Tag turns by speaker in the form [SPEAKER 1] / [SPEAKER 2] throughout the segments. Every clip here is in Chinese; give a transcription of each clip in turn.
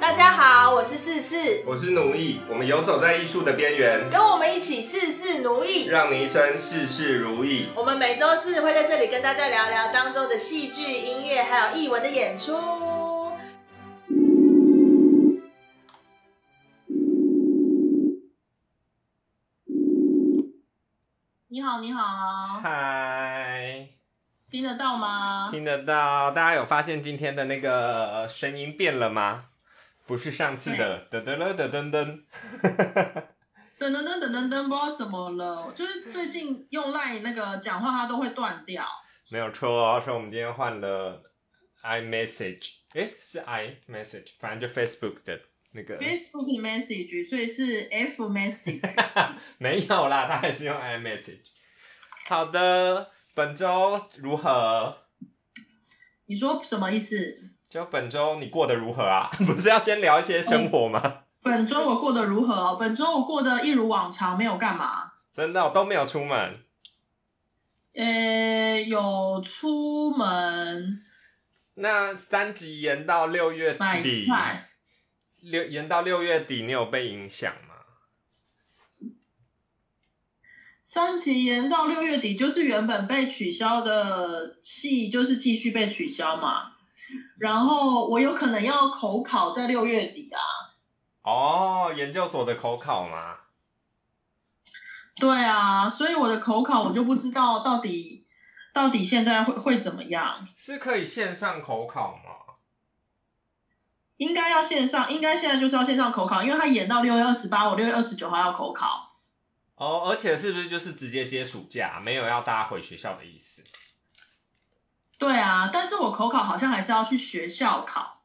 [SPEAKER 1] 大家好，我是四四，
[SPEAKER 2] 我是奴役，我们游走在艺术的边缘，
[SPEAKER 1] 跟我们一起事事奴役。
[SPEAKER 2] 让你一生事事如意。
[SPEAKER 1] 我们每周四会在这里跟大家聊聊当周的戏剧、音乐还有艺文的演出。
[SPEAKER 3] 你好，你好，
[SPEAKER 2] 嗨，
[SPEAKER 3] 听得到吗？
[SPEAKER 2] 听得到？大家有发现今天的那个呃声音变了吗？不是上次的噔噔噔噔噔噔，
[SPEAKER 3] 噔噔噔噔噔噔，不知道怎么了，就是最近用赖那个讲话，它都会断掉。
[SPEAKER 2] 没有错哦，所以我们今天换了 iMessage，诶，是 iMessage，反正就 Facebook 的那个，
[SPEAKER 3] Facebook message，所以是 F message。
[SPEAKER 2] 没有啦，他还是用 iMessage。好的，本周如何？
[SPEAKER 3] 你说什么意思？
[SPEAKER 2] 就本周你过得如何啊？ 不是要先聊一些生活吗？
[SPEAKER 3] 本周我过得如何？本周我过得一如往常，没有干嘛。
[SPEAKER 2] 真的，我都没有出门。
[SPEAKER 3] 呃，有出门
[SPEAKER 2] 那三级延到六月
[SPEAKER 3] 买
[SPEAKER 2] 底，
[SPEAKER 3] 菜，
[SPEAKER 2] 六延到六月底，你有被影响吗？
[SPEAKER 3] 三级延到六月底，就是原本被取消的戏，就是继续被取消嘛。然后我有可能要口考在六月底啊。
[SPEAKER 2] 哦，研究所的口考吗？
[SPEAKER 3] 对啊，所以我的口考我就不知道到底到底现在会会怎么样，
[SPEAKER 2] 是可以线上口考吗？
[SPEAKER 3] 应该要线上，应该现在就是要线上口考，因为他延到六月二十八，我六月二十九号要口考。
[SPEAKER 2] 哦，而且是不是就是直接接暑假，没有要大家回学校的意思？
[SPEAKER 3] 对啊，但是我口考好像还是要去学校考，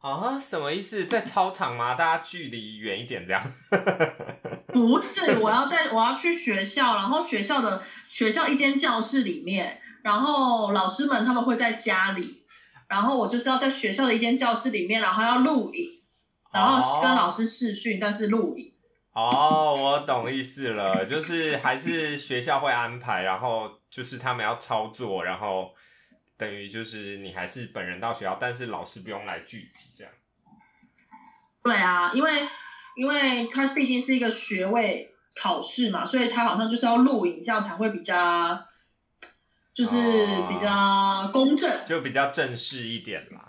[SPEAKER 2] 啊、什么意思？在操场吗？大家距离远一点这样？
[SPEAKER 3] 不是，我要在我要去学校，然后学校的学校一间教室里面，然后老师们他们会在家里，然后我就是要在学校的一间教室里面，然后要录影，然后跟老师视讯，但是录影。
[SPEAKER 2] 哦，我懂意思了，就是还是学校会安排，然后就是他们要操作，然后等于就是你还是本人到学校，但是老师不用来聚集这样。
[SPEAKER 3] 对啊，因为因为它毕竟是一个学位考试嘛，所以它好像就是要录影，这样才会比较，就是
[SPEAKER 2] 哦
[SPEAKER 3] 比较公正。
[SPEAKER 2] 就比较正式一点啦。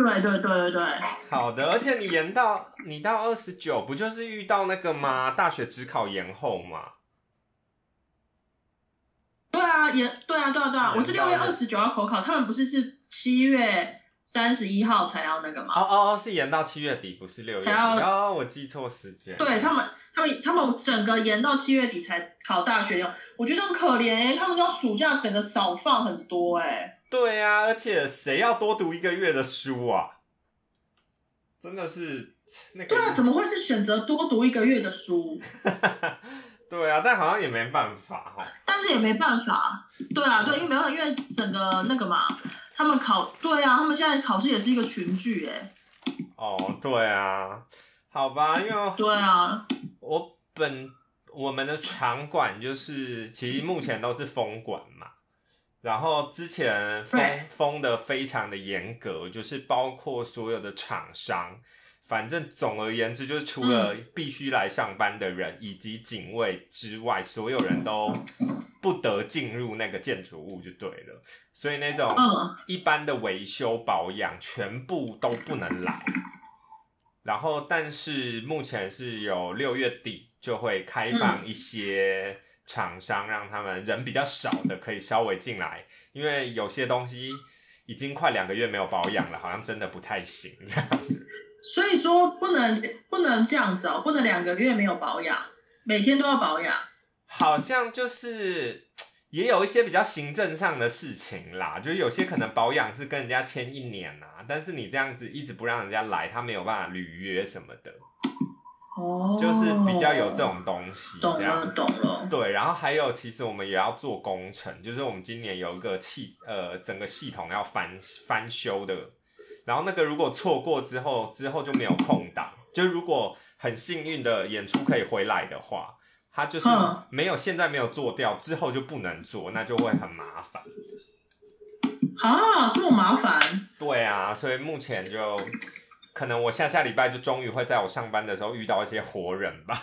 [SPEAKER 3] 对对对对对，
[SPEAKER 2] 好的，而且你延到你到二十九，不就是遇到那个吗？大学只考延后嘛。
[SPEAKER 3] 对啊，也对啊对啊对啊，我是
[SPEAKER 2] 明白
[SPEAKER 3] 六月
[SPEAKER 2] 了
[SPEAKER 3] 二十九号口考，他们不是是七月三十一号才要那个
[SPEAKER 2] 哦
[SPEAKER 3] 吗？
[SPEAKER 2] 哦哦，是延到七月底，不是六月底。
[SPEAKER 3] 才要
[SPEAKER 2] 哦，我记错时间。
[SPEAKER 3] 对他们。他们他们整个延到七月底才考大学用，我觉得很可怜、欸，他们要暑假整个少放很多哎、
[SPEAKER 2] 对啊，而且谁要多读一个月的书啊？真的是那个。
[SPEAKER 3] 对啊，怎么会是选择多读一个月的书？
[SPEAKER 2] 对啊，但好像也没办法哈。
[SPEAKER 3] 但是也没办法，对啊，对，因为没有，因为整个那个嘛，他们考，对啊，他们现在考试也是一个群聚，哎，
[SPEAKER 2] 哦，对啊，好吧，因为我
[SPEAKER 3] 对啊，
[SPEAKER 2] 我本我们的场馆就是其实目前都是封馆嘛，然后之前封
[SPEAKER 3] 对
[SPEAKER 2] 封的非常的严格，就是包括所有的厂商，反正总而言之，就是除了
[SPEAKER 3] 嗯
[SPEAKER 2] 必须来上班的人以及警卫之外，所有人都不得进入那个建筑物就对了，所以那种
[SPEAKER 3] 嗯，
[SPEAKER 2] 一般的维修保养全部都不能来。然后，但是目前是有六月底就会开放一些厂商，让他们人比较少的可以稍微进来，因为有些东西已经快两个月没有保养了，好像真的不太行。
[SPEAKER 3] 所以说不能不能这样子哦，不能两个月没有保养，每天都要保养，
[SPEAKER 2] 好像就是也有一些比较行政上的事情啦，就是有些可能保养是跟人家签一年啊，但是你这样子一直不让人家来，他没有办法履约什么的。
[SPEAKER 3] 哦，
[SPEAKER 2] 就是比较有这，种东西
[SPEAKER 3] 懂
[SPEAKER 2] 这
[SPEAKER 3] 了
[SPEAKER 2] 样。
[SPEAKER 3] 懂了，
[SPEAKER 2] 对，然后还有，其实我们也要做工程，就是我们今年有一个系呃整个系统要翻翻修的，然后那个如果错过之后，之后就没有空档，就如果很幸运的演出可以回来的话，它就是
[SPEAKER 3] 嗯
[SPEAKER 2] 没有现在没有做掉，之后就不能做，那就会很麻烦。
[SPEAKER 3] 啊，这么麻烦，
[SPEAKER 2] 对啊，所以目前就可能我下下礼拜就终于会在我上班的时候遇到一些活人吧。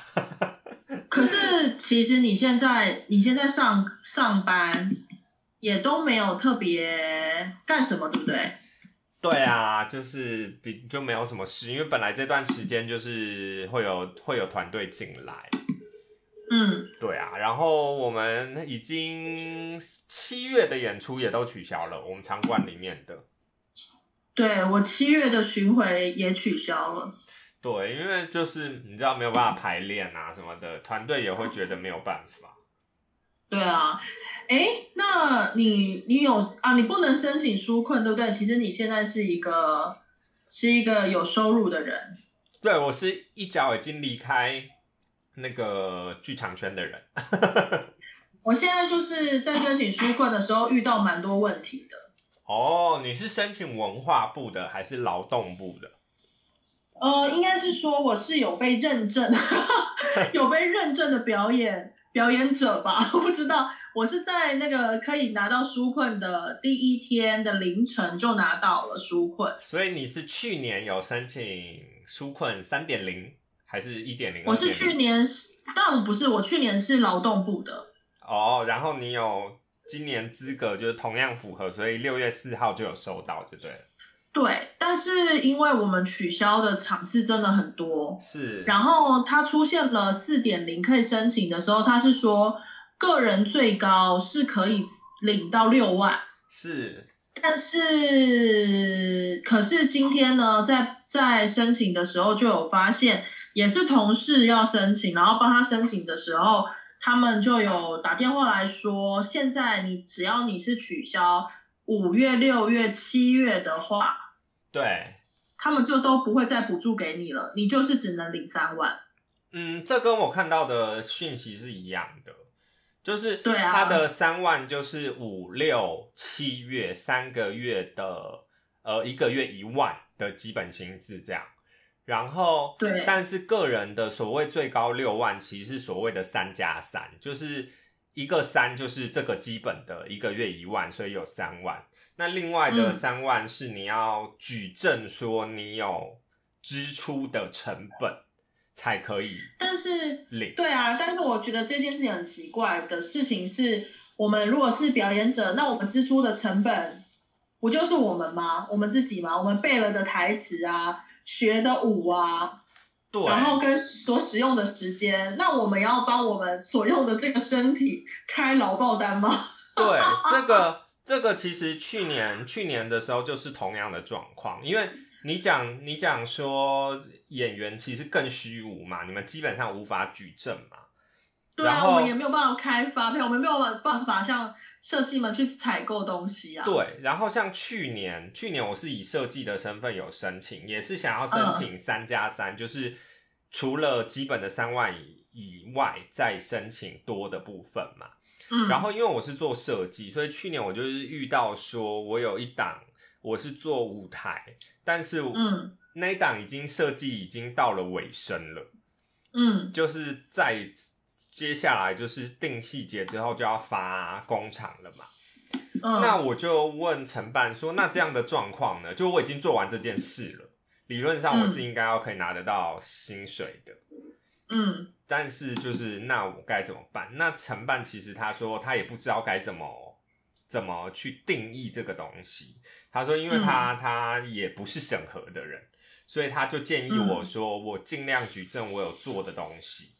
[SPEAKER 3] 可是其实你现在你现在上上班也都没有特别干什么，对不对？
[SPEAKER 2] 对啊，就是比就没有什么事，因为本来这段时间就是会有会有团队进来，
[SPEAKER 3] 嗯，
[SPEAKER 2] 对啊，然后我们已经七月的演出也都取消了，我们场馆里面的。
[SPEAKER 3] 对我七月的巡回也取消了。
[SPEAKER 2] 对，因为就是你知道没有办法排练啊什么的，团队也会觉得没有办法。
[SPEAKER 3] 对啊，哎，那你你有啊？你不能申请纾困，对不对？其实你现在是一个是一个有收入的人。
[SPEAKER 2] 对我是一脚已经离开那个剧场圈的人，
[SPEAKER 3] 我现在就是在申请纾困的时候遇到蛮多问题的。
[SPEAKER 2] 哦，你是申请文化部的还是劳动部的？
[SPEAKER 3] 呃，应该是说我是有被认证， 有被认证的表演表演者吧？ 我不知道，我是在那个可以拿到纾困的第一天的凌晨就拿到了纾困。
[SPEAKER 2] 所以你是去年有申请纾困三点零还是一点零？
[SPEAKER 3] 我是去年是，但我不是，我去年是劳动部的。
[SPEAKER 2] 哦，然后你有今年资格就是同样符合，所以六月四号就有收到，就对了。
[SPEAKER 3] 对，但是因为我们取消的场次真的很多，
[SPEAKER 2] 是，
[SPEAKER 3] 然后它出现了四点零可以申请的时候，它是说个人最高是可以领到六万，
[SPEAKER 2] 是
[SPEAKER 3] 但是可是今天呢，在在申请的时候就有发现，也是同事要申请，然后帮他申请的时候，他们就有打电话来说，现在你只要你是取消五月、六月、七月的话，
[SPEAKER 2] 对。
[SPEAKER 3] 他们就都不会再补助给你了，你就是只能领三万。
[SPEAKER 2] 嗯，这跟我看到的讯息是一样的，就是
[SPEAKER 3] 对啊
[SPEAKER 2] 它的三万就是五六七月三个月的，呃，一个月一万的基本薪资这样。然后，
[SPEAKER 3] 对
[SPEAKER 2] 但是个人的所谓最高六万，其实是所谓的三加三，就是一个三就是这个基本的一个月一万，所以有三万。那另外的
[SPEAKER 3] 嗯
[SPEAKER 2] 三万是你要举证说你有支出的成本才可以
[SPEAKER 3] 但是，
[SPEAKER 2] 领。
[SPEAKER 3] 对啊，但是我觉得这件事情很奇怪的事情是，我们如果是表演者，那我们支出的成本不就是我们吗？我们自己吗？我们背了的台词啊，学的舞啊，
[SPEAKER 2] 对，
[SPEAKER 3] 然后跟所使用的时间，那我们要帮我们所用的这个身体开劳报单吗？
[SPEAKER 2] 对
[SPEAKER 3] 啊
[SPEAKER 2] 这个这个其实去年去年的时候就是同样的状况，因为你讲你讲说演员其实更虚无嘛，你们基本上无法举证嘛。
[SPEAKER 3] 对啊，
[SPEAKER 2] 然后
[SPEAKER 3] 我们也没有办法开发票，我们没有办法像设计们去采购东西啊。
[SPEAKER 2] 对，然后像去年，去年我是以设计的身份有申请，也是想要
[SPEAKER 3] 嗯
[SPEAKER 2] 申请三加三，就是除了基本的三万以以外，再申请多的部分嘛。
[SPEAKER 3] 嗯，
[SPEAKER 2] 然后因为我是做设计，所以去年我就是遇到说，我有一档我是做舞台，但是
[SPEAKER 3] 嗯
[SPEAKER 2] 那一档已经设计已经到了尾声了，
[SPEAKER 3] 嗯
[SPEAKER 2] 就是在接下来就是定细节之后就要发工厂了嘛。
[SPEAKER 3] 嗯，
[SPEAKER 2] 那我就问承办说，那这样的状况呢？就我已经做完这件事了，理论上我是应该要可以拿得到薪水的，
[SPEAKER 3] 嗯。
[SPEAKER 2] 但是就是那我该怎么办？那承办其实他说他也不知道该怎么怎么去定义这个东西。他说，因为他、他也不是审核的人，所以他就建议我说，我尽量举证我有做的东西，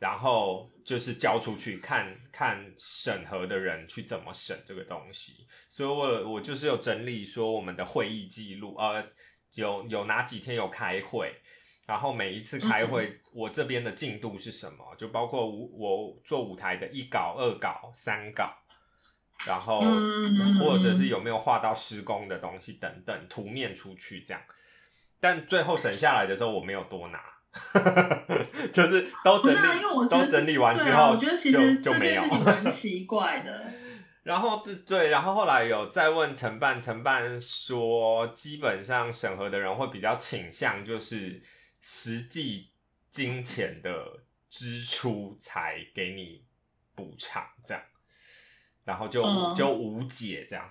[SPEAKER 2] 然后就是交出去看看审核的人去怎么审这个东西。所以我我就是有整理说我们的会议记录，呃，有有哪几天有开会，然后每一次开
[SPEAKER 3] 嗯
[SPEAKER 2] 会，我这边的进度是什么？就包括舞我做舞台的一稿、二稿、三稿，然后
[SPEAKER 3] 嗯
[SPEAKER 2] 或者是有没有画到施工的东西等等，图面出去这样。但最后审下来的时候，我没有多拿， 就是都
[SPEAKER 3] 不
[SPEAKER 2] 整
[SPEAKER 3] 是啊，
[SPEAKER 2] 理
[SPEAKER 3] 因为我觉
[SPEAKER 2] 都
[SPEAKER 3] 得
[SPEAKER 2] 整理完之
[SPEAKER 3] 对啊，
[SPEAKER 2] 后
[SPEAKER 3] 我觉得其
[SPEAKER 2] 就
[SPEAKER 3] 实
[SPEAKER 2] 就
[SPEAKER 3] 这
[SPEAKER 2] 没有
[SPEAKER 3] 件事。情蛮奇怪的。
[SPEAKER 2] 然后这对，然后后来有再问承办，承办说基本上审核的人会比较倾向就是实际金钱的支出才给你补偿这样，然后就、
[SPEAKER 3] 嗯
[SPEAKER 2] 就无解这样。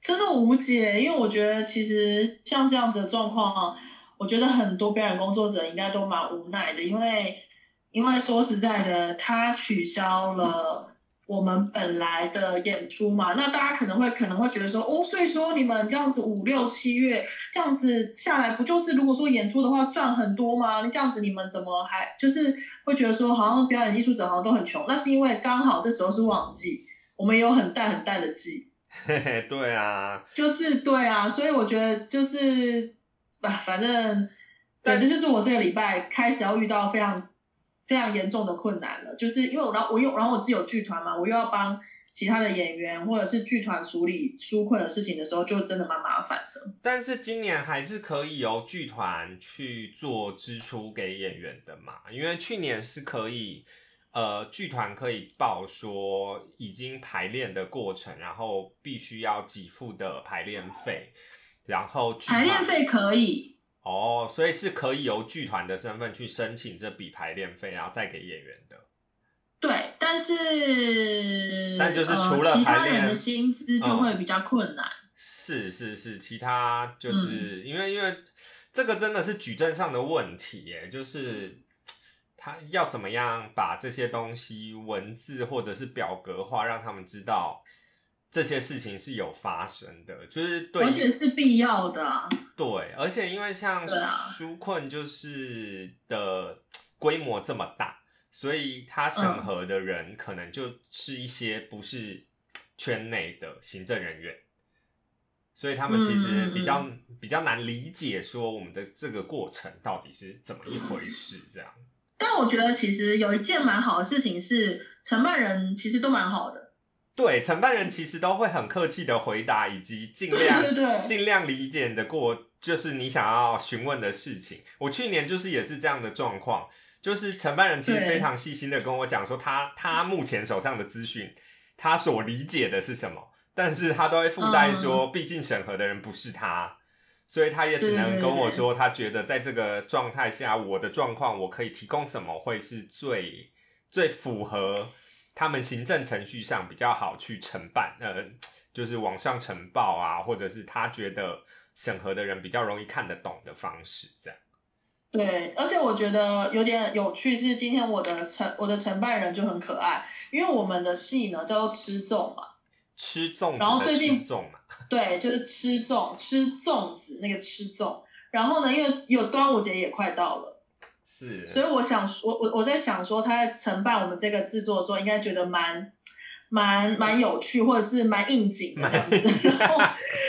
[SPEAKER 3] 真的无解，因为我觉得其实像这样子的状况，我觉得很多表演工作者应该都蛮无奈的，因为因为说实在的，他取消了我们本来的演出嘛，那大家可能会可能会觉得说，哦，所以说你们这样子五六七月这样子下来，不就是如果说演出的话赚很多吗？这样子你们怎么还就是会觉得说好像表演艺术者好像都很穷？那是因为刚好这时候是旺季，我们也有很淡很淡的季。
[SPEAKER 2] 嘿嘿，对啊，
[SPEAKER 3] 就是对啊，所以我觉得就是啊，反正对，
[SPEAKER 2] 但
[SPEAKER 3] 这就是我这个礼拜开始要遇到非常非常严重的困难了，就是因为我然后我又然后我自己有剧团嘛，我又要帮其他的演员或者是剧团处理纾困的事情的时候，就真的蛮麻烦的。
[SPEAKER 2] 但是今年还是可以由剧团去做支出给演员的嘛，因为去年是可以，呃，剧团可以报说已经排练的过程，然后必须要给付的排练费，然后剧团
[SPEAKER 3] 排练费可以，
[SPEAKER 2] 哦，所以是可以由剧团的身份去申请这笔排练费，然后再给演员的。
[SPEAKER 3] 对，但是
[SPEAKER 2] 但就是
[SPEAKER 3] 呃
[SPEAKER 2] 除了
[SPEAKER 3] 其他
[SPEAKER 2] 排练
[SPEAKER 3] 人的薪资就
[SPEAKER 2] 嗯
[SPEAKER 3] 会比较困难。
[SPEAKER 2] 是是是，其他
[SPEAKER 3] 嗯
[SPEAKER 2] 就是、因为因为这个真的是矩阵上的问题耶，就是他要怎么样把这些东西文字或者是表格化，让他们知道这些事情是有发生的，就是对
[SPEAKER 3] 而且是必要的啊、
[SPEAKER 2] 对，而且因为像
[SPEAKER 3] 对啊
[SPEAKER 2] 纾困就是的规模这么大，所以他审
[SPEAKER 3] 嗯
[SPEAKER 2] 核的人可能就是一些不是圈内的行政人员，所以他们其实
[SPEAKER 3] 嗯嗯
[SPEAKER 2] 比较、比较难理解说我们的这个过程到底是怎么一回事，这样。
[SPEAKER 3] 但我觉得其实有一件蛮好的事情是，承办人其实都蛮好的。
[SPEAKER 2] 对，承办人其实都会很客气的回答，以及尽
[SPEAKER 3] 对
[SPEAKER 2] 量
[SPEAKER 3] 对对，
[SPEAKER 2] 尽量理解的过，就是你想要询问的事情。我去年就是也是这样的状况，就是承办人其实
[SPEAKER 3] 对
[SPEAKER 2] 非常细心的跟我讲说他，他目前手上的资讯，他所理解的是什么，但是他都会附带说，毕竟审核的人不是他。所以他也只能
[SPEAKER 3] 对对对
[SPEAKER 2] 跟我说，他觉得在这个状态下，我的状况我可以提供什么会是最最符合他们行政程序上比较好去承办，呃，就是往上呈报啊，或者是他觉得审核的人比较容易看得懂的方式，这样。
[SPEAKER 3] 对，而且我觉得有点有趣是，今天我的承我的承办人就很可爱，因为我们的戏呢叫做吃粽嘛，
[SPEAKER 2] 吃粽
[SPEAKER 3] 然后
[SPEAKER 2] 子的
[SPEAKER 3] 最
[SPEAKER 2] 吃
[SPEAKER 3] 近
[SPEAKER 2] 粽嘛，
[SPEAKER 3] 对，就是吃粽吃粽子那个吃粽。然后呢，因为有端午节也快到了，
[SPEAKER 2] 是，
[SPEAKER 3] 所以我想说，我我我在想说，他在承办我们这个制作的时候，应该觉得蛮蛮蛮有趣，或者是蛮应景的这样子。然后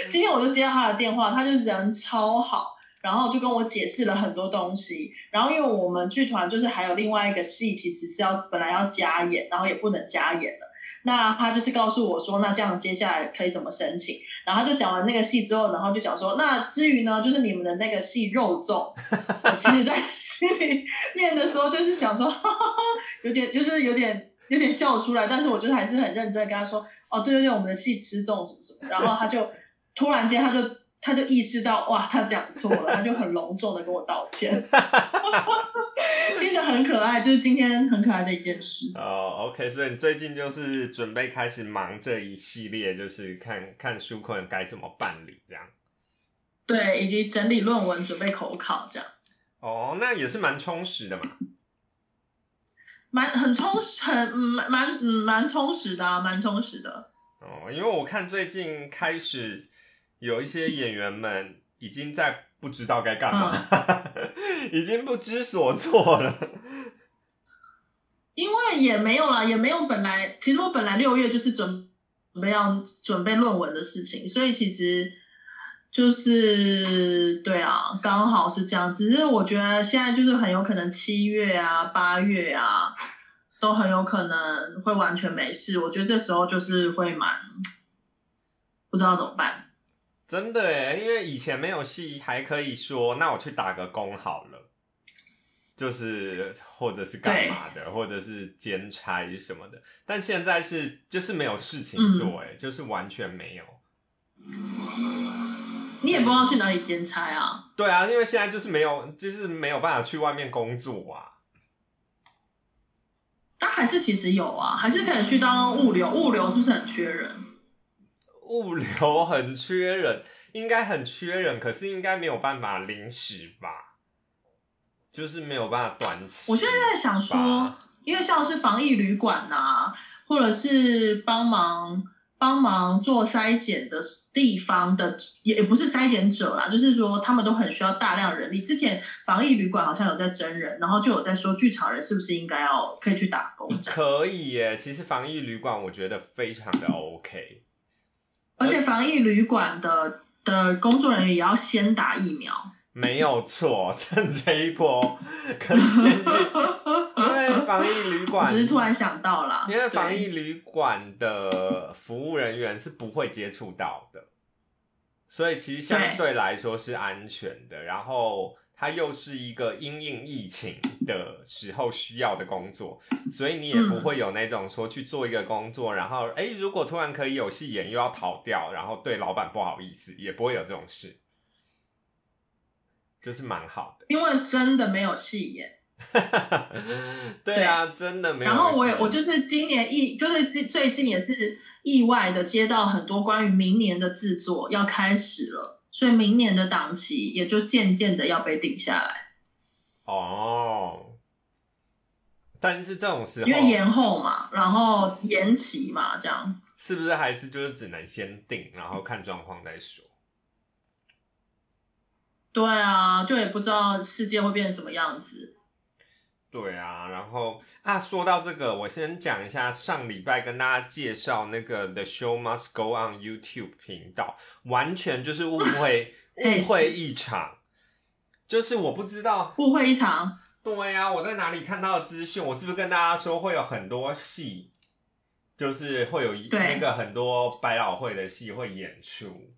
[SPEAKER 3] 今天我就接到他的电话，他就人超好，然后就跟我解释了很多东西。然后因为我们剧团就是还有另外一个戏，其实是要本来要加演，然后也不能加演了。那他就是告诉我说，那这样接下来可以怎么申请？然后他就讲完那个戏之后，然后就讲说，那至于呢，就是你们的那个戏肉粽，我其实在心里念的时候就是想说， 哈哈哈，有点就是有点有点笑出来，但是我就是还是很认真地跟他说，哦，对对对，我们的戏吃粽什么什么，然后他就突然间他就他就意识到，哇，他讲错了，他就很隆重的跟我道歉， 真的很可爱，就是今天很可爱的一件事。
[SPEAKER 2] 哦，OK，所以你最近就是准备开始忙这一系列，就是看看纾困该怎么办理这样。
[SPEAKER 3] 对，以及整理论文，准备口考，这样
[SPEAKER 2] 哦，那也是蛮充实的嘛。
[SPEAKER 3] 蛮很充实，很嗯蛮蛮嗯蛮充实的、啊，蛮充实的。
[SPEAKER 2] 哦，因为我看最近开始有一些演员们已经在不知道该干嘛， 已经不知所措了。
[SPEAKER 3] 因为也没有啦，也没有本来，其实我本来六月就是准准备要准备论文的事情，所以其实就是对啊，刚好是这样。只是我觉得现在就是很有可能七月啊、八月啊，都很有可能会完全没事。我觉得这时候就是会蛮不知道怎么办。
[SPEAKER 2] 真的耶，因为以前没有戏，还可以说那我去打个工好了，就是或者是干嘛的，或者是兼差什么的。但现在是就是没有事情做，哎、就是完全没有。
[SPEAKER 3] 你也不知道去哪里兼差啊。
[SPEAKER 2] 对啊，因为现在就是没有，就是没有办法去外面工作啊。
[SPEAKER 3] 但还是其实有啊，还是可以去当物流，物流是不是很缺人？
[SPEAKER 2] 物流很缺人，应该很缺人，可是应该没有办法临时吧，就是没有办法短期。
[SPEAKER 3] 我现在在想说
[SPEAKER 2] 吧，
[SPEAKER 3] 因为像是防疫旅馆呐、或者是帮忙帮忙做筛检的地方的，也也不是筛检者啦，就是说他们都很需要大量人力。之前防疫旅馆好像有在征人，然后就有在说剧场人是不是应该要可以去
[SPEAKER 2] 嗯
[SPEAKER 3] 打工这样，
[SPEAKER 2] 可以耶，其实防疫旅馆我觉得非常的 OK，
[SPEAKER 3] 而且防疫旅馆的的工作人员也要先打疫苗。
[SPEAKER 2] 没有错，趁这一波可以 先去，因为防疫旅
[SPEAKER 3] 我
[SPEAKER 2] 馆
[SPEAKER 3] 只是突然想到啦，
[SPEAKER 2] 因为防疫
[SPEAKER 3] 对
[SPEAKER 2] 旅馆的服务人员是不会接触到的，所以其实相对来说是安全的。然后它又是一个因应疫情的时候需要的工作，所以你也
[SPEAKER 3] 嗯
[SPEAKER 2] 不会有那种说去做一个工作，然后哎，诶如果突然可以有戏演又要逃掉，然后对老板不好意思，也不会有这种事，就是蛮好的。
[SPEAKER 3] 因为真的没有戏演。
[SPEAKER 2] 对啊，真的没有
[SPEAKER 3] 然
[SPEAKER 2] 人喜欢。
[SPEAKER 3] 后我也我就是今年意就是最最近也是意外的接到很多关于明年的制作要开始了，所以明年的档期也就渐渐的要被定下来，
[SPEAKER 2] 哦，但是这种时
[SPEAKER 3] 因为
[SPEAKER 2] 候
[SPEAKER 3] 延后嘛，然后延期嘛，这样。
[SPEAKER 2] 是不是还是就是只能先定，然后看状况再说？
[SPEAKER 3] 对啊，就也不知道世界会变成什么样子。
[SPEAKER 2] 对啊，然后啊，说到这个，我先讲一下上礼拜跟大家介绍那个 The Show Must Go On YouTube 频道，完全就是误会
[SPEAKER 3] 哎
[SPEAKER 2] 误会一场，就是我不知道
[SPEAKER 3] 误会一场，
[SPEAKER 2] 对呀、我在哪里看到的资讯？我是不是跟大家说会有很多戏，就是会有一
[SPEAKER 3] 对
[SPEAKER 2] 那个很多百老汇的戏会演出，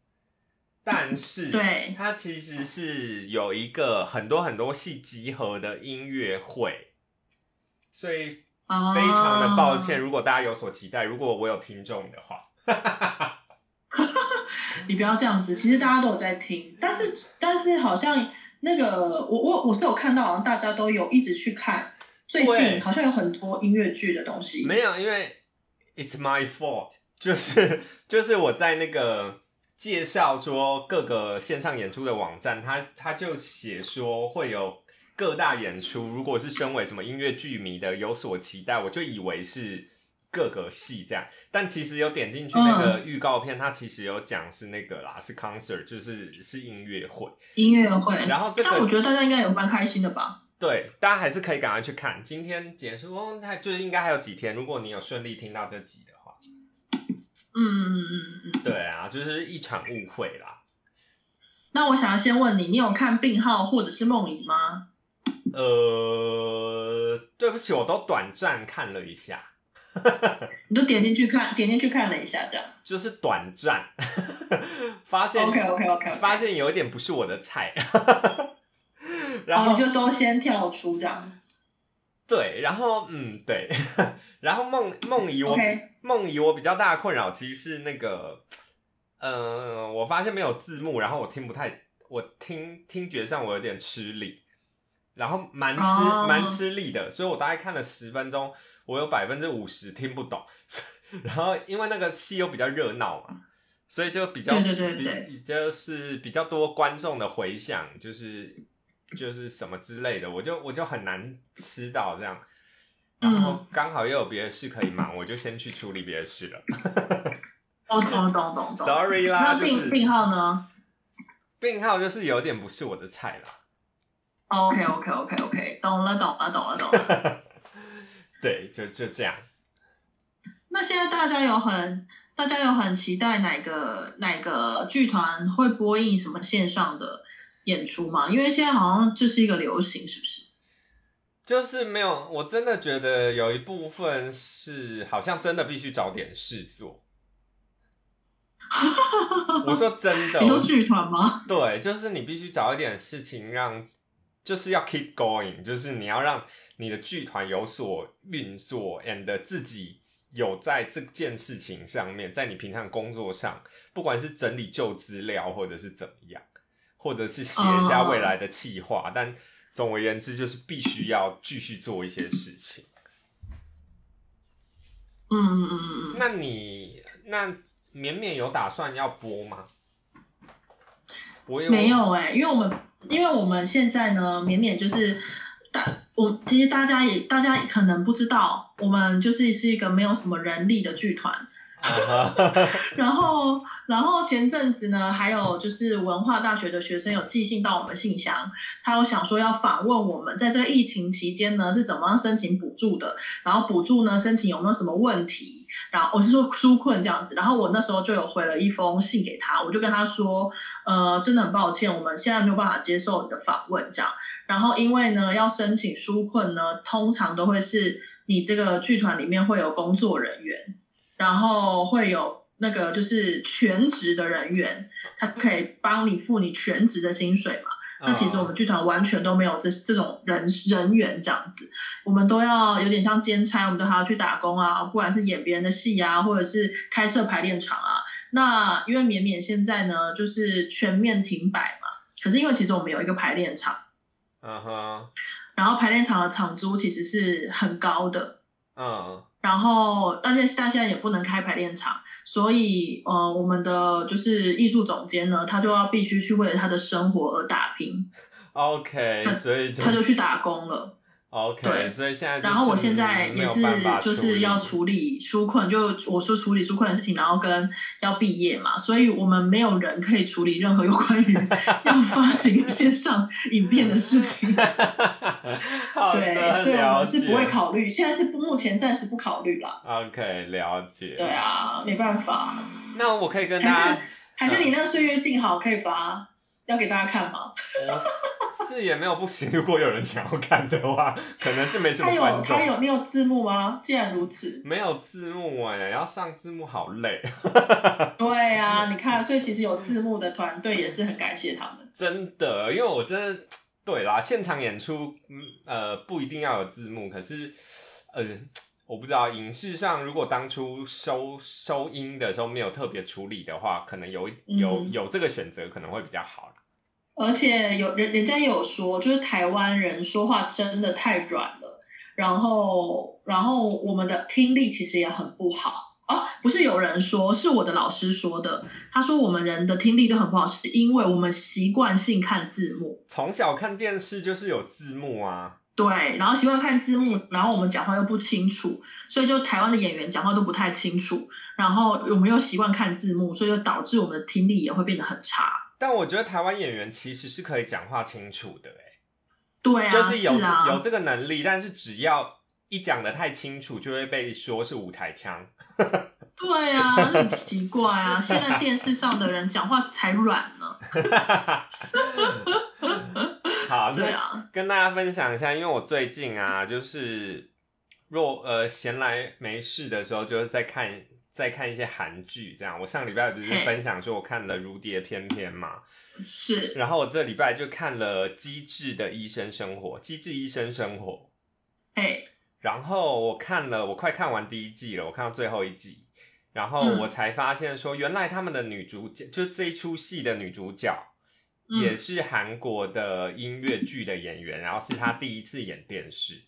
[SPEAKER 2] 但是
[SPEAKER 3] 对
[SPEAKER 2] 它其实是有一个很多很多戏集合的音乐会，所以
[SPEAKER 3] 啊，
[SPEAKER 2] 非常的抱歉，，如果大家有所期待，如果我有听众的话，
[SPEAKER 3] 你不要这样子。其实大家都有在听，但是但是好像那个我我我是有看到，好像大家都有一直去看。最
[SPEAKER 2] 对
[SPEAKER 3] 近好像有很多音乐剧的东西，
[SPEAKER 2] 没有，因为 it's my fault，就是就是我在那个介绍说各个线上演出的网站，他他就写说会有各大演出，如果是身为什么音乐剧迷的有所期待，我就以为是各个戏这样，但其实有点进去那个预告片，它其实有讲是那个啦，是 concert，就是是音乐会。
[SPEAKER 3] 音乐会，
[SPEAKER 2] 然后这个
[SPEAKER 3] 但我觉得大家应该也蛮开心的吧？
[SPEAKER 2] 对，大家还是可以赶快去看。今天结束，哦，那就是应该还有几天，如果你有顺利听到这集的话。
[SPEAKER 3] 嗯嗯嗯嗯。
[SPEAKER 2] 对啊，就是一场误会啦。
[SPEAKER 3] 那我想要先问你，你有看病号或者是梦遗吗？
[SPEAKER 2] 呃，对不起，我都短暂看了一下，
[SPEAKER 3] 你就点进去看，点进去看了一下，这样。
[SPEAKER 2] 就是短暂，发现
[SPEAKER 3] OK OK OK，,
[SPEAKER 2] 发现有一点不是我的菜， 然
[SPEAKER 3] 然
[SPEAKER 2] 后、
[SPEAKER 3] 后你就都先跳出这样。
[SPEAKER 2] 对，然后嗯对， 然后梦梦遗我
[SPEAKER 3] OK
[SPEAKER 2] 梦遗我比较大的困扰其实是那个，呃，我发现没有字幕，然后我听不太，我听听觉上我有点吃力，然后蛮吃、
[SPEAKER 3] 哦
[SPEAKER 2] 蛮吃力的，所以我大概看了十分钟，我有百分之五十听不懂， 然后因为那个戏又比较热闹嘛，所以就比较
[SPEAKER 3] 对对对对
[SPEAKER 2] 比比就是比较多观众的回响，就是就是什么之类的，我就我就很难吃到这样。然
[SPEAKER 3] 嗯
[SPEAKER 2] 后刚好又有别的事可以忙，我就先去处理别的事了。
[SPEAKER 3] 哦，懂懂懂懂。
[SPEAKER 2] Sorry 啦，
[SPEAKER 3] 那
[SPEAKER 2] 就
[SPEAKER 3] 病、
[SPEAKER 2] 是
[SPEAKER 3] 病号呢
[SPEAKER 2] 病号就是有点不是我的菜啦。
[SPEAKER 3] 哦？OK OK OK OK，懂了懂了懂了 懂了。
[SPEAKER 2] 对，就就这样。
[SPEAKER 3] 那现在大家有很大家有很期待哪个哪个剧团会播映什么线上的演出吗？因为现在好像就是一个流行，是不是？
[SPEAKER 2] 就是没有，我真的觉得有一部分是好像真的必须找点事 做。我说真的，
[SPEAKER 3] 你说
[SPEAKER 2] 我
[SPEAKER 3] 剧团吗？
[SPEAKER 2] 对，就是你必须找一点事情让，就是要 keep going，就是你要让你的剧团有所运作，and 自己有在这件事情上面，在你平常工作上，不管是整理旧资料，或者是怎么样，或者是写一
[SPEAKER 3] 哦
[SPEAKER 2] 下未来的计划，但总而言之，就是必须要继续做一些事情。
[SPEAKER 3] 嗯嗯嗯嗯嗯，
[SPEAKER 2] 那你那绵绵有打算要播吗？我有
[SPEAKER 3] 没有哎、因为我们因为我们现在呢，绵绵就是大我其实大家也大家可能不知道，我们就是是一个没有什么人力的剧团。
[SPEAKER 2] 啊哈
[SPEAKER 3] 然后然后前阵子呢，还有就是文化大学的学生有寄信到我们信箱，他有想说要访问我们在这个疫情期间呢是怎么样申请补助的，然后补助呢申请有没有什么问题，然后我是说纾困这样子，然后我那时候就有回了一封信给他，我就跟他说，呃，真的很抱歉，我们现在没有办法接受你的访问这样，然后因为呢要申请纾困呢，通常都会是你这个剧团里面会有工作人员。然后会有那个就是全职的人员，他可以帮你付你全职的薪水嘛。那其实
[SPEAKER 2] 哦
[SPEAKER 3] 我们剧团完全都没有这这种人人员这样子，我们都要有点像兼差，我们都还要去打工啊，不管是演别人的戏啊，或者是开设排练场啊。那因为绵绵现在呢，就是全面停摆嘛，可是因为其实我们有一个排练场，
[SPEAKER 2] 嗯哼
[SPEAKER 3] 然后排练场的场租其实是很高的，
[SPEAKER 2] 嗯
[SPEAKER 3] 然后，但是但现在也不能开排练场，所以呃，我们的就是艺术总监呢，他就要必须去为了他的生活而打拼，
[SPEAKER 2] ，OK，
[SPEAKER 3] 他
[SPEAKER 2] 所以就
[SPEAKER 3] 他就去打工了。
[SPEAKER 2] OK，
[SPEAKER 3] 对
[SPEAKER 2] 所以现在就是
[SPEAKER 3] 然后我现在
[SPEAKER 2] 没
[SPEAKER 3] 也
[SPEAKER 2] 有
[SPEAKER 3] 是
[SPEAKER 2] 办法
[SPEAKER 3] 就是要
[SPEAKER 2] 理
[SPEAKER 3] 处理纾困，就我说处理纾困的事情，然后跟要毕业嘛，所以我们没有人可以处理任何有关 于要发行线上影片的事情。
[SPEAKER 2] 好
[SPEAKER 3] 对，
[SPEAKER 2] 的，
[SPEAKER 3] 所以我
[SPEAKER 2] 了
[SPEAKER 3] 们是不会
[SPEAKER 2] 解。
[SPEAKER 3] 考虑，现在是不目前暂时不考虑啦。
[SPEAKER 2] OK，了解。
[SPEAKER 3] 对啊，没办法。
[SPEAKER 2] 那我可以跟大家
[SPEAKER 3] 还是，还是你那个岁月静好可以发，要给大家看吗？
[SPEAKER 2] 我是也没有不行。如果有人想要看的话，可能是没什么
[SPEAKER 3] 他有
[SPEAKER 2] 观
[SPEAKER 3] 他
[SPEAKER 2] 众。
[SPEAKER 3] 有你有字幕吗？既然如此，
[SPEAKER 2] 没有字幕哎、要上字幕好累，
[SPEAKER 3] 对啊，你看，所以其实有字幕的团队也是很感谢他们。
[SPEAKER 2] 真的，因为我真的对啦，现场演出，嗯呃，不一定要有字幕，可是，呃，我不知道影视上如果当初收收音的时候没有特别处理的话，可能有一有
[SPEAKER 3] 嗯
[SPEAKER 2] 有这个选择可能会比较好啦。
[SPEAKER 3] 而且有人人家也有说，就是台湾人说话真的太软了，然后然后我们的听力其实也很不好。啊，不是有人说，是我的老师说的。他说我们人的听力都很不好，是因为我们习惯性看字幕。
[SPEAKER 2] 从小看电视就是有字幕啊，
[SPEAKER 3] 对，然后习惯看字幕，然后我们讲话又不清楚，所以就台湾的演员讲话都不太清楚，然后我们又习惯看字幕，所以就导致我们的听力也会变得很差。
[SPEAKER 2] 但我觉得台湾演员其实是可以讲话清楚的、欸，
[SPEAKER 3] 对啊，
[SPEAKER 2] 就是有
[SPEAKER 3] 啊，
[SPEAKER 2] 有这个能力，但是只要一讲的太清楚，就会被说是舞台 腔。
[SPEAKER 3] 对啊，那很奇怪啊！现在电视上的人讲话才软呢。
[SPEAKER 2] 好，
[SPEAKER 3] 对
[SPEAKER 2] 那
[SPEAKER 3] 啊，
[SPEAKER 2] 跟大家分享一下，因为我最近啊，就是若呃闲来没事的时候，就是在看在看一些韩剧，这样。我上礼拜不是
[SPEAKER 3] 嘿
[SPEAKER 2] 分享说我看了《如蝶翩翩》嘛，
[SPEAKER 3] 是
[SPEAKER 2] 然后我这礼拜就看了《机智的医生生活》，《机智医生生活》，
[SPEAKER 3] 哎，
[SPEAKER 2] 然后我看了，我快看完第一季了，我看到最后一集，然后
[SPEAKER 3] 嗯
[SPEAKER 2] 我才发现说，原来他们的女主角，就这一出戏的女主角，
[SPEAKER 3] 嗯
[SPEAKER 2] 也是韩国的音乐剧的演员，然后是她第一次演电视，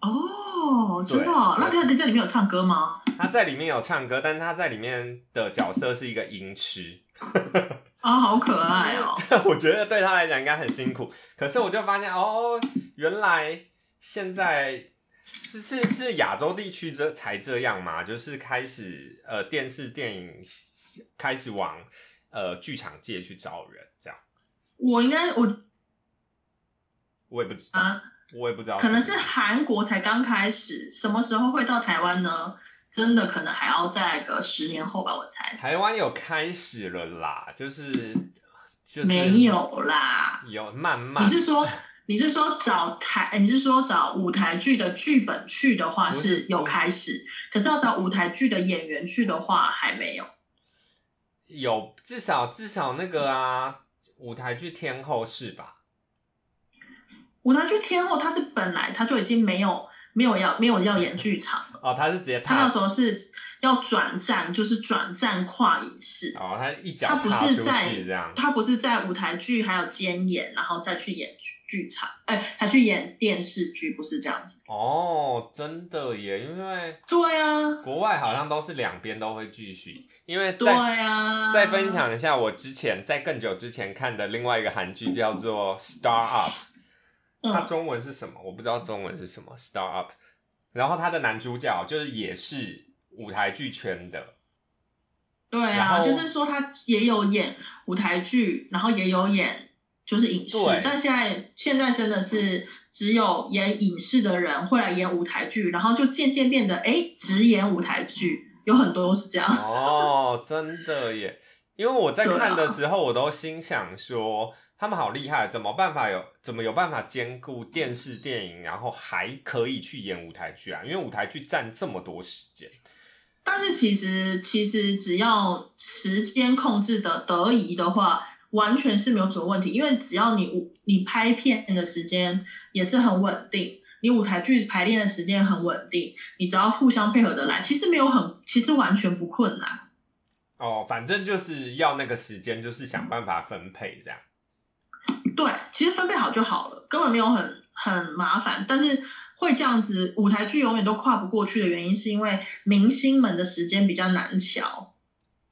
[SPEAKER 3] 哦，
[SPEAKER 2] 对
[SPEAKER 3] 真的哦、那
[SPEAKER 2] 没错
[SPEAKER 3] 他在这里面有唱歌吗？
[SPEAKER 2] 她在里面有唱歌，但是她在里面的角色是一个音痴，
[SPEAKER 3] 啊，好可爱哦！
[SPEAKER 2] 我觉得对她来讲应该很辛苦，可是我就发现哦，原来现在。是是是亚洲地区这才这样嘛，就是开始呃电视电影开始往呃剧场界去招人，这样
[SPEAKER 3] 我应该我
[SPEAKER 2] 我也不知道，
[SPEAKER 3] 啊，
[SPEAKER 2] 我也不知道
[SPEAKER 3] 可能
[SPEAKER 2] 不
[SPEAKER 3] 是韩国才刚开始，什么时候会到台湾呢？真的可能还要再个十年后吧，我猜。
[SPEAKER 2] 台湾有开始了啦，就是就是
[SPEAKER 3] 没有啦，
[SPEAKER 2] 有慢慢
[SPEAKER 3] 你是说你是说找台，呃你是说找舞台剧的剧本去的话
[SPEAKER 2] 不是
[SPEAKER 3] 是有
[SPEAKER 2] 不是
[SPEAKER 3] 开始，可是要找舞台剧的演员去的话还没有。
[SPEAKER 2] 有至少至少那个啊舞台剧天后是吧？
[SPEAKER 3] 舞台剧天后她是本来她就已经没有没有要没有要演剧场 了，
[SPEAKER 2] 哦，他是直接
[SPEAKER 3] 她那
[SPEAKER 2] 踏
[SPEAKER 3] 时候是要转战，就是转战跨影视。
[SPEAKER 2] 哦，他一脚
[SPEAKER 3] 他不
[SPEAKER 2] 踏
[SPEAKER 3] 是
[SPEAKER 2] 出
[SPEAKER 3] 在
[SPEAKER 2] 去这样，
[SPEAKER 3] 他不是在舞台剧还有兼演，然后再去演剧剧场，哎、才去演电视剧，不是这样子。
[SPEAKER 2] 哦，真的耶，因为
[SPEAKER 3] 对啊，
[SPEAKER 2] 国外好像都是两边都会继续，因为
[SPEAKER 3] 对
[SPEAKER 2] 在
[SPEAKER 3] 啊。
[SPEAKER 2] 再分享一下我之前在更久之前看的另外一个韩剧叫做《Star Up》，它
[SPEAKER 3] 嗯
[SPEAKER 2] 中文是什么？我不知道中文是什么，《Star Up》。然后它的男主角就是也是舞台剧圈的，
[SPEAKER 3] 对
[SPEAKER 2] 然
[SPEAKER 3] 啊，
[SPEAKER 2] 后
[SPEAKER 3] 就是说他也有演舞台剧，然后也有演就是影视
[SPEAKER 2] 对，
[SPEAKER 3] 但现在现在真的是只有演影视的人会来演舞台剧，然后就渐渐变得哎只演舞台剧，有很多都是这样。
[SPEAKER 2] 哦，真的耶！因为我在
[SPEAKER 3] 对啊
[SPEAKER 2] 看的时候，我都心想说，他们好厉害，怎么办法有怎么有办法兼顾电视电影，然后还可以去演舞台剧啊？因为舞台剧占这么多时间，
[SPEAKER 3] 但是其实其实只要时间控制的得宜的话，完全是没有什么问题，因为只要你舞你拍片的时间也是很稳定，你舞台剧排练的时间很稳定，你只要互相配合的来，其实没有很其实完全不困难。
[SPEAKER 2] 哦，反正就是要那个时间，就是想办法分配这样。
[SPEAKER 3] 对，其实分配好就好了，根本没有很很麻烦，但是。会这样子，舞台剧永远都跨不过去的原因，是因为明星们的时间比较难瞧。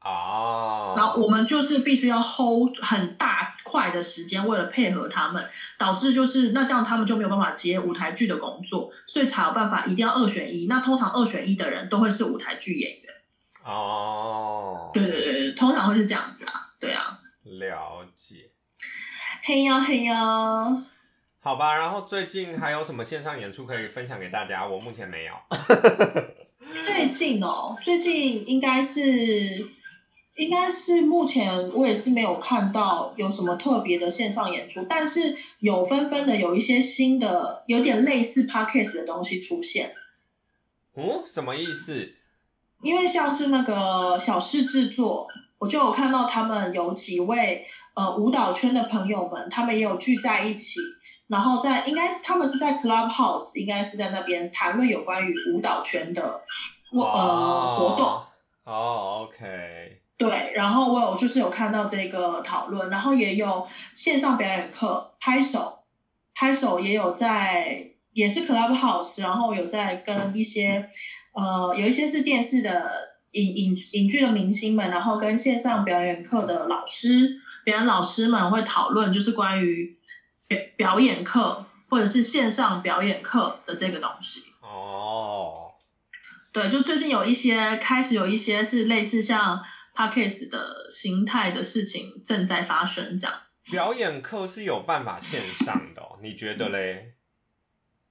[SPEAKER 2] 哦，
[SPEAKER 3] 然后我们就是必须要 hold 很大块的时间，为了配合他们，导致就是那这样他们就没有办法接舞台剧的工作，所以才有办法一定要二选一。那通常二选一的人都会是舞台剧演员，
[SPEAKER 2] 哦，
[SPEAKER 3] 对对对对，通常会是这样子啊，对啊，
[SPEAKER 2] 了解。
[SPEAKER 3] 嘿呀嘿呀，
[SPEAKER 2] 好吧，然后最近还有什么线上演出可以分享给大家？我目前没有。
[SPEAKER 3] 最近哦，最近应该是。应该是目前我也是没有看到有什么特别的线上演出，但是有纷纷的有一些新的，有点类似 podcast 的东西出现。
[SPEAKER 2] 嗯，什么意思？
[SPEAKER 3] 因为像是那个小事制作，我就有看到他们有几位呃舞蹈圈的朋友们，他们也有聚在一起，然后在应该是他们是在 Clubhouse，应该是在那边谈论有关于舞蹈圈的我呃活动。
[SPEAKER 2] 哦，OK，
[SPEAKER 3] 对，然后我有就是有看到这个讨论，然后也有线上表演课，拍手，拍手也有在，也是 Clubhouse，然后有在跟一些，呃，有一些是电视的影影影剧的明星们，然后跟线上表演课的老师，表演老师们会讨论就是关于表表演课或者是线上表演课的这个东西。
[SPEAKER 2] 哦，
[SPEAKER 3] 对，就最近有一些开始有一些是类似像 podcast 的形态的事情正在发生，这样。
[SPEAKER 2] 表演课是有办法线上的、哦，你觉得嘞？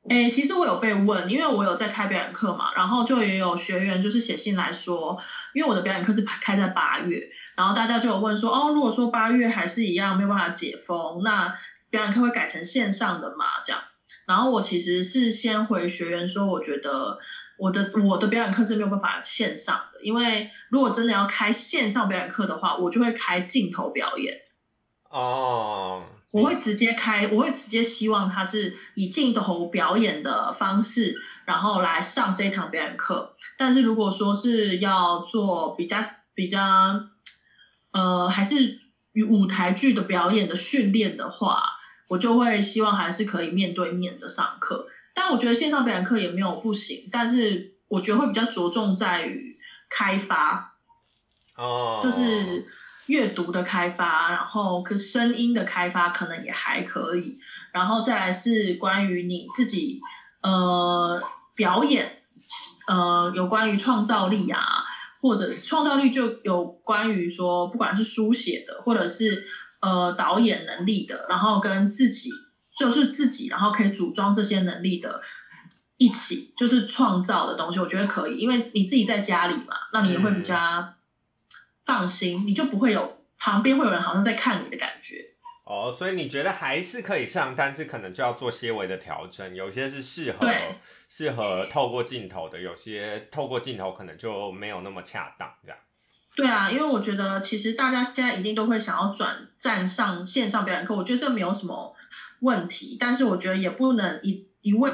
[SPEAKER 3] 诶，其实我有被问，因为我有在开表演课嘛，然后就也有学员就是写信来说，因为我的表演课是开在八月，然后大家就有问说，哦，如果说八月还是一样没有办法解封，那表演课会改成线上的嘛？这样，然后我其实是先回学员说，我觉得我的我的表演课是没有办法线上的，因为如果真的要开线上表演课的话，我就会开镜头表演。
[SPEAKER 2] 哦，
[SPEAKER 3] 我会直接开，我会直接希望他是以镜头表演的方式，然后来上这堂表演课。但是如果说是要做比较比较，呃，还是与舞台剧的表演的训练的话，我就会希望还是可以面对面的上课。但我觉得线上表演课也没有不行，但是我觉得会比较着重在于开发，
[SPEAKER 2] 哦，
[SPEAKER 3] 就是阅读的开发，然后跟声音的开发可能也还可以，然后再来是关于你自己呃表演，呃有关于创造力啊，或者是创造力就有关于说不管是书写的，或者是呃导演能力的，然后跟自己就是自己，然后可以组装这些能力的。一起就是创造的东西，我觉得可以，因为你自己在家里嘛，那你也会比较放心，你就不会有旁边会有人好像在看你的感觉。
[SPEAKER 2] 哦，所以你觉得还是可以上，但是可能就要做些微的调整，有些是适合
[SPEAKER 3] 对
[SPEAKER 2] 适合透过镜头的，有些透过镜头可能就没有那么恰当这样。
[SPEAKER 3] 对啊，因为我觉得其实大家现在一定都会想要转站上线上表演课，我觉得这没有什么问题，但是我觉得也不能一一味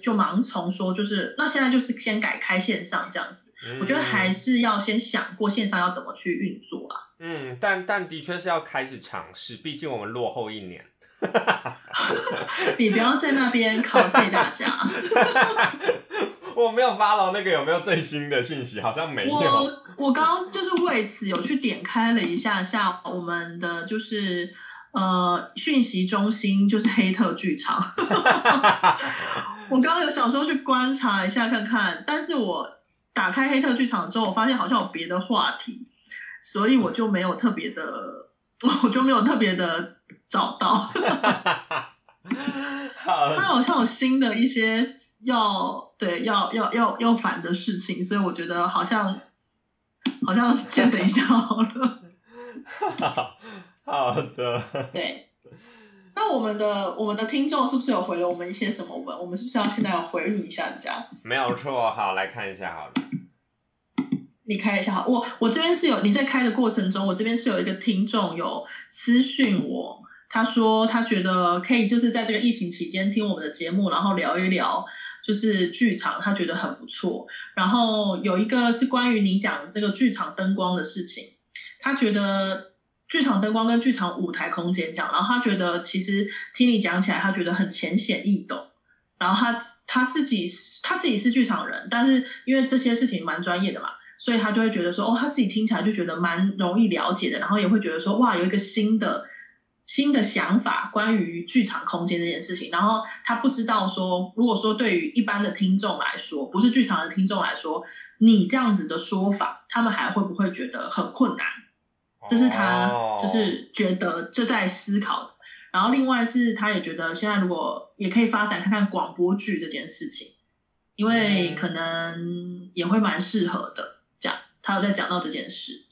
[SPEAKER 3] 就盲从说，就是那现在就是先改开线上这样子。
[SPEAKER 2] 嗯
[SPEAKER 3] 我觉得还是要先想过线上要怎么去运作啊。
[SPEAKER 2] 嗯，但但的确是要开始尝试，毕竟我们落后一年。
[SPEAKER 3] 你不要在那边考废大家。
[SPEAKER 2] 我没有 follow 那个有没有最新的讯息，好像没有。
[SPEAKER 3] 我我刚刚就是为此有去点开了一下下我们的就是呃讯息中心，就是黑特剧场。 我刚刚有想说去观察一下看看，但是我打开黑特剧场之后，我发现好像有别的话题，所以我就没有特别的， 我就没有特别的找到。它
[SPEAKER 2] 好，
[SPEAKER 3] 好像有新的一些要对要要要要烦的事情，所以我觉得好像好像先等一下好了。
[SPEAKER 2] 好好的，
[SPEAKER 3] 对，那我们的我们的听众是不是有回了我们一些什么文？我们是不是要现在要回应一下人家？
[SPEAKER 2] 没有错。好，来看一下好了。
[SPEAKER 3] 你开一下好，我我这边是有你在开的过程中，我这边是有一个听众有私讯我，他说他觉得可以就是在这个疫情期间听我们的节目，然后聊一聊就是剧场，他觉得很不错。然后有一个是关于你讲这个剧场灯光的事情，他觉得剧场灯光跟剧场舞台空间讲，然后他觉得其实听你讲起来，他觉得很浅显易懂。然后他他自己他自己是剧场人，但是因为这些事情蛮专业的嘛，所以他就会觉得说，哦，他自己听起来就觉得蛮容易了解的，然后也会觉得说，哇，有一个新的新的想法关于剧场空间这件事情。然后他不知道说，如果说对于一般的听众来说，不是剧场的听众来说，你这样子的说法，他们还会不会觉得很困难？这是他
[SPEAKER 2] 哦
[SPEAKER 3] 就是觉得就在思考的。然后另外是他也觉得现在如果也可以发展看看广播剧这件事情，因为
[SPEAKER 2] 嗯
[SPEAKER 3] 可能也会蛮适合的。这样，他有在讲到这件事。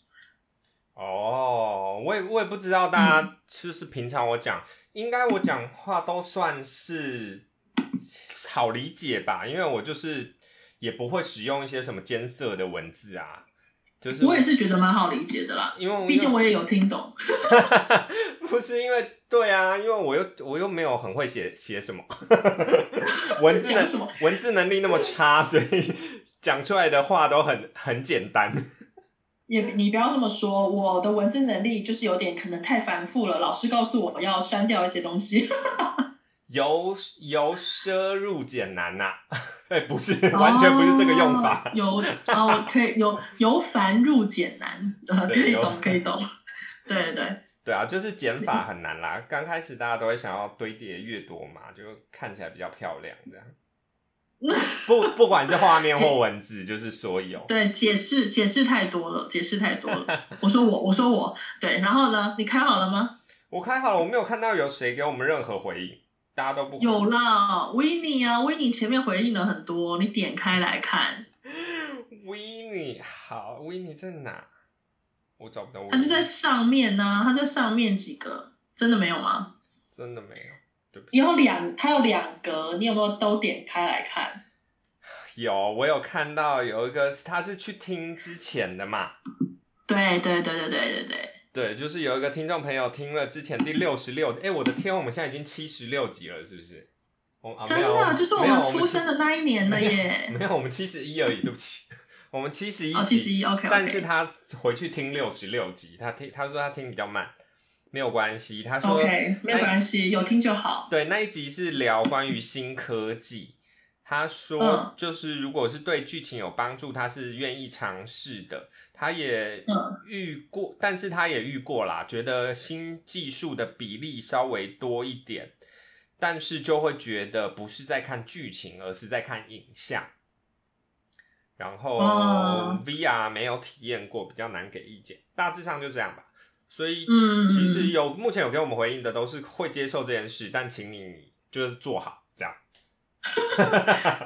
[SPEAKER 2] 哦，我也我也不知道大家就是平常我讲，应该我讲话都算是好理解吧，因为我就是也不会使用一些什么艰涩的文字啊，就是
[SPEAKER 3] 我也是觉得蛮好理解的啦，
[SPEAKER 2] 因为
[SPEAKER 3] 毕竟我也有听懂。
[SPEAKER 2] 不是因为对啊，因为我又我又没有很会写写什么， 文字
[SPEAKER 3] 讲什么
[SPEAKER 2] 能文字能力那么差，所以讲出来的话都很很简单。
[SPEAKER 3] 也你不要这么说，我的文字能力就是有点可能太繁复了。老师告诉我要删掉一些东西。
[SPEAKER 2] 由由奢入俭难呐、 哎、不是， 完全不是这个用法。
[SPEAKER 3] 哦由哦，可以由由繁入简难，呃，可
[SPEAKER 2] 对
[SPEAKER 3] 以
[SPEAKER 2] 由
[SPEAKER 3] 懂，可以懂。对对，
[SPEAKER 2] 对啊，就是减法很难啦。刚开始大家都会想要堆叠越多嘛，就看起来比较漂亮这样。不，不管是画面或文字，就是所有。
[SPEAKER 3] 对，解释解释太多了，解释太多 了。我说我，我说我，对，然后呢？你开好了吗？
[SPEAKER 2] 我开好了，我没有看到有谁给我们任何回应，大家都不回
[SPEAKER 3] 有啦，维尼啊，维尼前面回应了很多，你点开来看，
[SPEAKER 2] 维尼好，维尼在哪？我找不到维
[SPEAKER 3] 他
[SPEAKER 2] 尼
[SPEAKER 3] 啊就，在上面呢、他在上面几个，真的没有吗？
[SPEAKER 2] 真的没有，对不起。
[SPEAKER 3] 有两，他有两格，你有没有都点开来看？
[SPEAKER 2] 有，我有看到有一个，他是去听之前的嘛。
[SPEAKER 3] 对对对对对对对，
[SPEAKER 2] 对，就是有一个听众朋友听了之前第六十六，哎，我的天，我们现在已经七十六集了，是不是？我啊，
[SPEAKER 3] 真
[SPEAKER 2] 没有
[SPEAKER 3] 的就是我
[SPEAKER 2] 没有
[SPEAKER 3] 们出生的那一年了
[SPEAKER 2] 没有
[SPEAKER 3] 耶。
[SPEAKER 2] 没有，我们七十一而已，对不起，我们七十一
[SPEAKER 3] 哦，七十一，OK OK。
[SPEAKER 2] 但是他回去听六十六集，他听他说他听比较慢，没有关系，他说
[SPEAKER 3] OK，没有
[SPEAKER 2] 那
[SPEAKER 3] 关系，有听就好。
[SPEAKER 2] 对，那一集是聊关于新科技。他说
[SPEAKER 3] 嗯，
[SPEAKER 2] 就是如果是对剧情有帮助，他是愿意尝试的。他也
[SPEAKER 3] 嗯
[SPEAKER 2] 遇过，但是他也遇过啦，觉得新技术的比例稍微多一点，但是就会觉得不是在看剧情，而是在看影像。然后
[SPEAKER 3] 哦
[SPEAKER 2] VR 没有体验过，比较难给意见。大致上就这样吧。所以其
[SPEAKER 3] 嗯嗯嗯
[SPEAKER 2] 其实有目前有给我们回应的都是会接受这件事，但请你就是做好这样。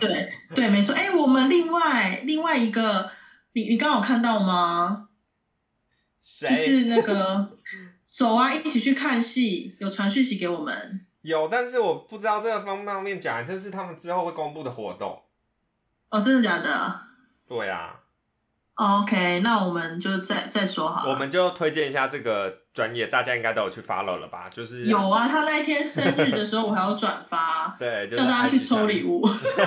[SPEAKER 3] 对
[SPEAKER 2] 嗯
[SPEAKER 3] 对，没错。哎，我们另外另外一个，你你刚好看到吗？就
[SPEAKER 2] 谁
[SPEAKER 3] 是那 个走啊，一起去看戏，有传讯息给我们。
[SPEAKER 2] 有？但是我不知道这个方方面讲，这是他们之后会公布的活动。
[SPEAKER 3] 哦，真的假的、
[SPEAKER 2] 对啊，
[SPEAKER 3] 哦、？OK，那我们就再再说好了。
[SPEAKER 2] 我们就推荐一下这个专业，大家应该都有去 follow 了吧？就是，
[SPEAKER 3] 有啊，他那一天生日的时候，我还要转发
[SPEAKER 2] 对， 就是
[SPEAKER 3] 叫大家去
[SPEAKER 2] IG 上
[SPEAKER 3] 抽礼物。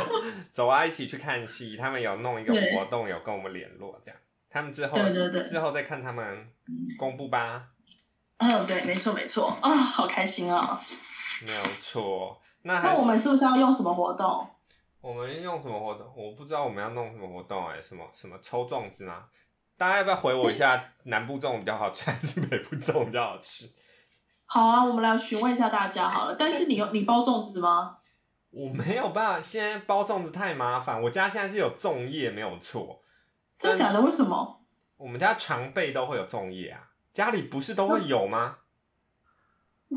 [SPEAKER 2] 走啊，一起去看戏。他们有弄一个
[SPEAKER 3] 对
[SPEAKER 2] 活动，有跟我们联络这样。他们之后
[SPEAKER 3] 对对对
[SPEAKER 2] 之后再看他们 公布吧，
[SPEAKER 3] 嗯，对，没错没错，啊、好开心啊！
[SPEAKER 2] 没有错。那还
[SPEAKER 3] 那
[SPEAKER 2] 是
[SPEAKER 3] 我们是不是要用什么活动？
[SPEAKER 2] 我们用什么活动？我不知道我们要弄什么活动哎、什么什么抽粽子吗？大家要不要回我一下？南部粽比较好吃还是北部粽比较好吃？
[SPEAKER 3] 好啊，我们来询问一下大家好了。但是你有你包粽子吗？
[SPEAKER 2] 我没有办法，现在包粽子太麻烦。我家现在是有粽叶，没有错。
[SPEAKER 3] 真的假的？为什么？
[SPEAKER 2] 我们家常备都会有粽叶啊，家里不是都会有吗？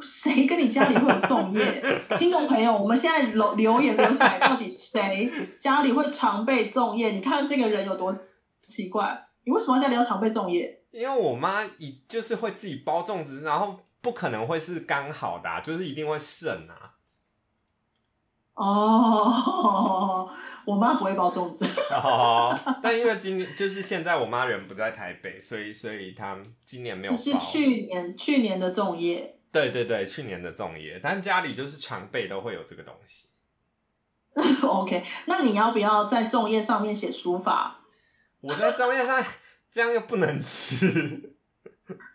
[SPEAKER 3] 谁跟你家里会有粽叶？听众朋友，我们现在留留言留起来，到底谁家里会常备粽叶？你看这个人有多奇怪？你为什么要家里要常备粽叶？
[SPEAKER 2] 因为我妈一就是会自己包粽子，然后不可能会是刚好的、啊，就是一定会剩啊。
[SPEAKER 3] 哦，我妈不会包粽子。
[SPEAKER 2] 哦，但因为今年就是现在我妈人不在台北，所以所以她今年没有
[SPEAKER 3] 你
[SPEAKER 2] 包。
[SPEAKER 3] 是去年去年的粽叶，
[SPEAKER 2] 对对对，去年的粽叶，但家里就是常备都会有这个东西。
[SPEAKER 3] OK？那你要不要在粽叶上面写书法？
[SPEAKER 2] 我在粽叶上这样又不能吃，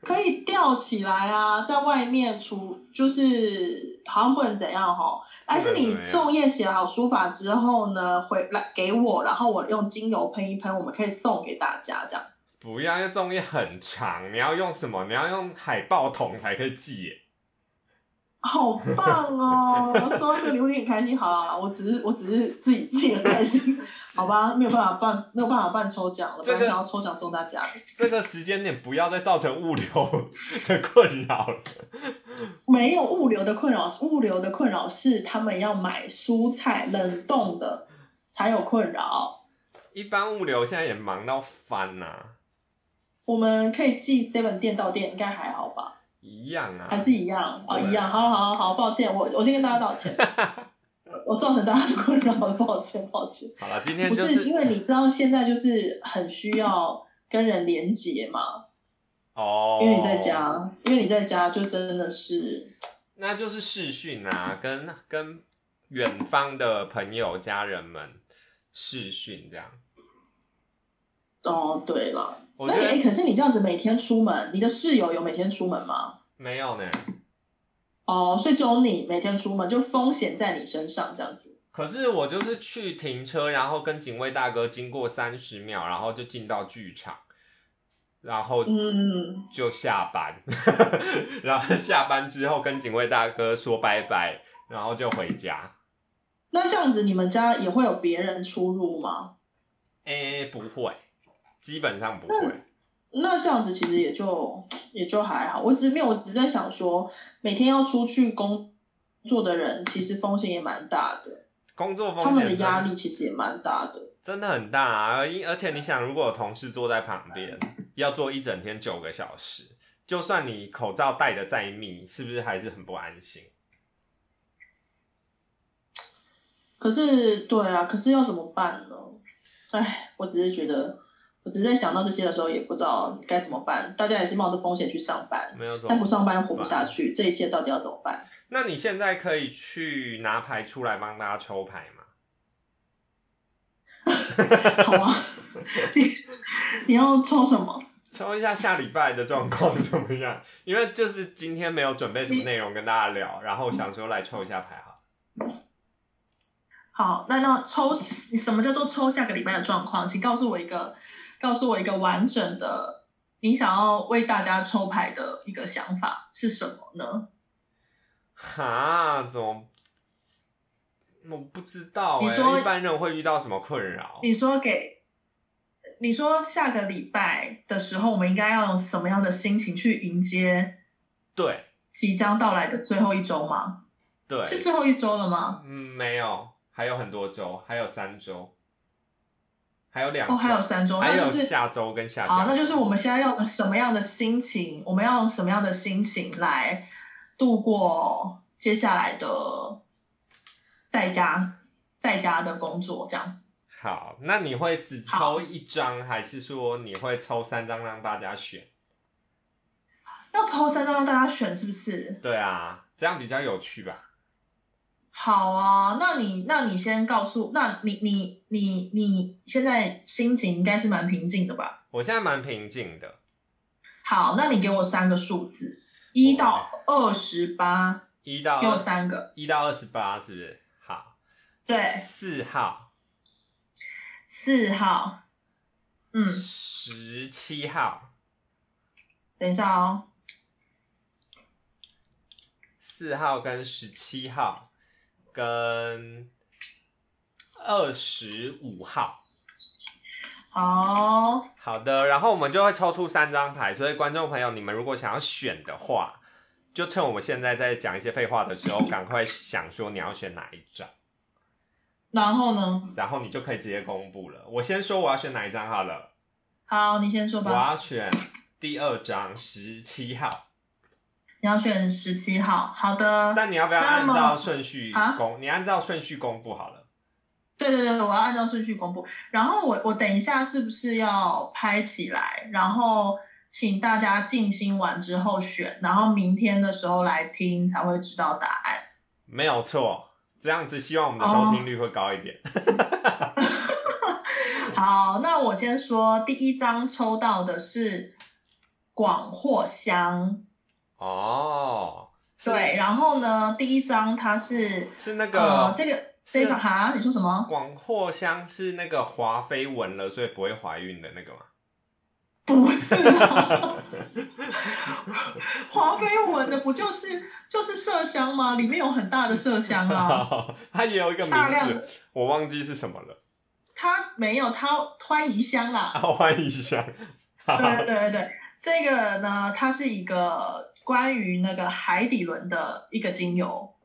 [SPEAKER 3] 可以吊起来啊，在外面除就是好像不能怎样哈，但是
[SPEAKER 2] 不
[SPEAKER 3] 你
[SPEAKER 2] 能怎样
[SPEAKER 3] 粽叶写好书法之后呢，回来给我，然后我用精油喷一喷，我们可以送给大家这样子。
[SPEAKER 2] 不要，因为粽叶很长，你要用什么？你要用海报桶才可以寄耶。
[SPEAKER 3] 好棒 哦！我收到这个礼物也很开心。好了好了，我只是我只是自己自己很开心，好吧，没有办法办没有办法办抽奖了，
[SPEAKER 2] 这
[SPEAKER 3] 本
[SPEAKER 2] 个
[SPEAKER 3] 来想要抽奖送大家的。
[SPEAKER 2] 这个时间点不要再造成物流的困扰了。
[SPEAKER 3] 没有物流的困扰，物流的困扰是他们要买蔬菜冷冻的才有困扰。
[SPEAKER 2] 一般物流现在也忙到翻呐、啊
[SPEAKER 3] 我们可以寄 Seven 店到店，应该还好吧？
[SPEAKER 2] 一样啊。
[SPEAKER 3] 还是一样啊、
[SPEAKER 2] 对
[SPEAKER 3] 一样。好了，好了，好，抱歉，我我先跟大家道 歉，我我造成大家的困扰 了，抱歉，抱歉。
[SPEAKER 2] 好了，今天
[SPEAKER 3] 不
[SPEAKER 2] 就是
[SPEAKER 3] 因为你知道现在就是很需要跟人连接嘛，
[SPEAKER 2] 哦，
[SPEAKER 3] 因为你在，家，因为你在家就真的是
[SPEAKER 2] 那就是视讯啊，跟跟远方的朋友家人们视讯这样。
[SPEAKER 3] 哦，对了。
[SPEAKER 2] 我
[SPEAKER 3] 那
[SPEAKER 2] 觉
[SPEAKER 3] 你、诶
[SPEAKER 2] 得
[SPEAKER 3] 可是你这样子每天出门，你的室友有每天出门吗？
[SPEAKER 2] 没有呢。
[SPEAKER 3] 哦，所以只有你每天出门，就风险在你身上这样子。
[SPEAKER 2] 可是我就是去停车，然后跟警卫大哥经过三十秒，然后就进到剧场，然后
[SPEAKER 3] 嗯，
[SPEAKER 2] 就下班， 然后下班之后跟警卫大哥说拜拜，然后就回家。
[SPEAKER 3] 那这样子你们家也会有别人出入吗？
[SPEAKER 2] 诶、不会，基本上不会。
[SPEAKER 3] 那这样子其实也就也就还好。我只是没有，我只是在想说，每天要出去工作的人，其实风险也蛮大的，
[SPEAKER 2] 工作风
[SPEAKER 3] 他
[SPEAKER 2] 险
[SPEAKER 3] 们的压
[SPEAKER 2] 真
[SPEAKER 3] 力其实也蛮大的。
[SPEAKER 2] 真的很大啊！而而且你想，如果有同事坐在旁边，要坐一整天九个小时，就算你口罩戴的再密，是不是还是很不安心？
[SPEAKER 3] 可是，对啊，可是要怎么办呢？哎，我只是觉得，我只是在想到这些的时候，也不知道该怎么办。大家也是冒着风险去上班，
[SPEAKER 2] 没有怎么
[SPEAKER 3] 但不上班活不下去，这一切到底要怎么 办？
[SPEAKER 2] 那你现在可以去拿牌出来帮大家抽牌吗？
[SPEAKER 3] 好啊， 你你要抽什么？
[SPEAKER 2] 抽一下下礼拜的状况怎么样？ 因为就是今天没有准备什么内容跟大家聊，然后想说来抽一下牌好了。
[SPEAKER 3] 好，那那抽什么叫做抽下个礼拜的状况？请告诉我一个，告诉我一个完整的你想要为大家抽牌的一个想法是什么呢？
[SPEAKER 2] 哈，怎么？我不知道
[SPEAKER 3] 你
[SPEAKER 2] 哎、
[SPEAKER 3] 说
[SPEAKER 2] 一般人会遇到什么困扰？
[SPEAKER 3] 你说给，你说下个礼拜的时候，我们应该要用什么样的心情去迎接
[SPEAKER 2] 对
[SPEAKER 3] 即将到来的最后一周吗？
[SPEAKER 2] 对，
[SPEAKER 3] 是最后一周了吗？
[SPEAKER 2] 嗯，没有，还有很多周，还有三周，还有两周，
[SPEAKER 3] 哦，还有三周，
[SPEAKER 2] 还
[SPEAKER 3] 那
[SPEAKER 2] 有
[SPEAKER 3] 就是
[SPEAKER 2] 下周跟下下
[SPEAKER 3] 好，
[SPEAKER 2] 周。
[SPEAKER 3] 那就是我们现在要用什么样的心情，我们要用什么样的心情来度过接下来的在家在家的工作，这样子。
[SPEAKER 2] 好，那你会只
[SPEAKER 3] 好
[SPEAKER 2] 抽一张，还是说你会抽三张让大家选？
[SPEAKER 3] 要抽三张让大家选是不是？
[SPEAKER 2] 对啊，这样比较有趣吧？
[SPEAKER 3] 好啊，那你那你先告诉，那你你你你现在心情应该是蛮平静的吧？
[SPEAKER 2] 我现在蛮平静的，
[SPEAKER 3] 好，那你给我三个数字，一到二十八，
[SPEAKER 2] 一到
[SPEAKER 3] 给我三个。
[SPEAKER 2] 一到二十八是不是？好，
[SPEAKER 3] 对，
[SPEAKER 2] 四号，
[SPEAKER 3] 四号，嗯，
[SPEAKER 2] 十七号，
[SPEAKER 3] 等一下哦，
[SPEAKER 2] 四号跟十七号跟二十五号。
[SPEAKER 3] 好，
[SPEAKER 2] 好的，然后我们就会抽出三张牌，所以观众朋友，你们如果想要选的话，就趁我们现在在讲一些废话的时候，赶快想说你要选哪一张，
[SPEAKER 3] 然后呢？
[SPEAKER 2] 然后你就可以直接公布了。我先说我要选哪一张好了，
[SPEAKER 3] 好，你先说
[SPEAKER 2] 我
[SPEAKER 3] 吧。
[SPEAKER 2] 要选第二张十七号，
[SPEAKER 3] 你要选十七号，好的。
[SPEAKER 2] 但你要不要按
[SPEAKER 3] 那
[SPEAKER 2] 照
[SPEAKER 3] 么
[SPEAKER 2] 顺序
[SPEAKER 3] 啊
[SPEAKER 2] 公？你按照顺序公布好了。
[SPEAKER 3] 对对对，我要按照顺序公布。然后我我等一下是不是要拍起来？然后请大家静心完之后选，然后明天的时候来听才会知道答案。
[SPEAKER 2] 没有错，这样子希望我们的
[SPEAKER 3] 哦
[SPEAKER 2] 收听率会高一点。
[SPEAKER 3] 好，那我先说，第一张抽到的是广藿香，
[SPEAKER 2] 哦，是
[SPEAKER 3] 对。然后呢，第一张它是
[SPEAKER 2] 是那个、
[SPEAKER 3] 呃这个这一
[SPEAKER 2] 是
[SPEAKER 3] 张哈，你说什么？
[SPEAKER 2] 广藿香是那个华妃闻了所以不会怀孕的那个吗？
[SPEAKER 3] 不是、啊， 华妃闻的不就是就是麝香吗？里面有很大的麝香 啊。
[SPEAKER 2] 它也有一个
[SPEAKER 3] 大
[SPEAKER 2] 名
[SPEAKER 3] 量
[SPEAKER 2] 字
[SPEAKER 3] 的，
[SPEAKER 2] 我忘记是什么了。
[SPEAKER 3] 它没有，它欢宜香啦。
[SPEAKER 2] 啊，欢迎香。
[SPEAKER 3] 对对对对，这个呢，它是一个关于那个海底轮的一个精油。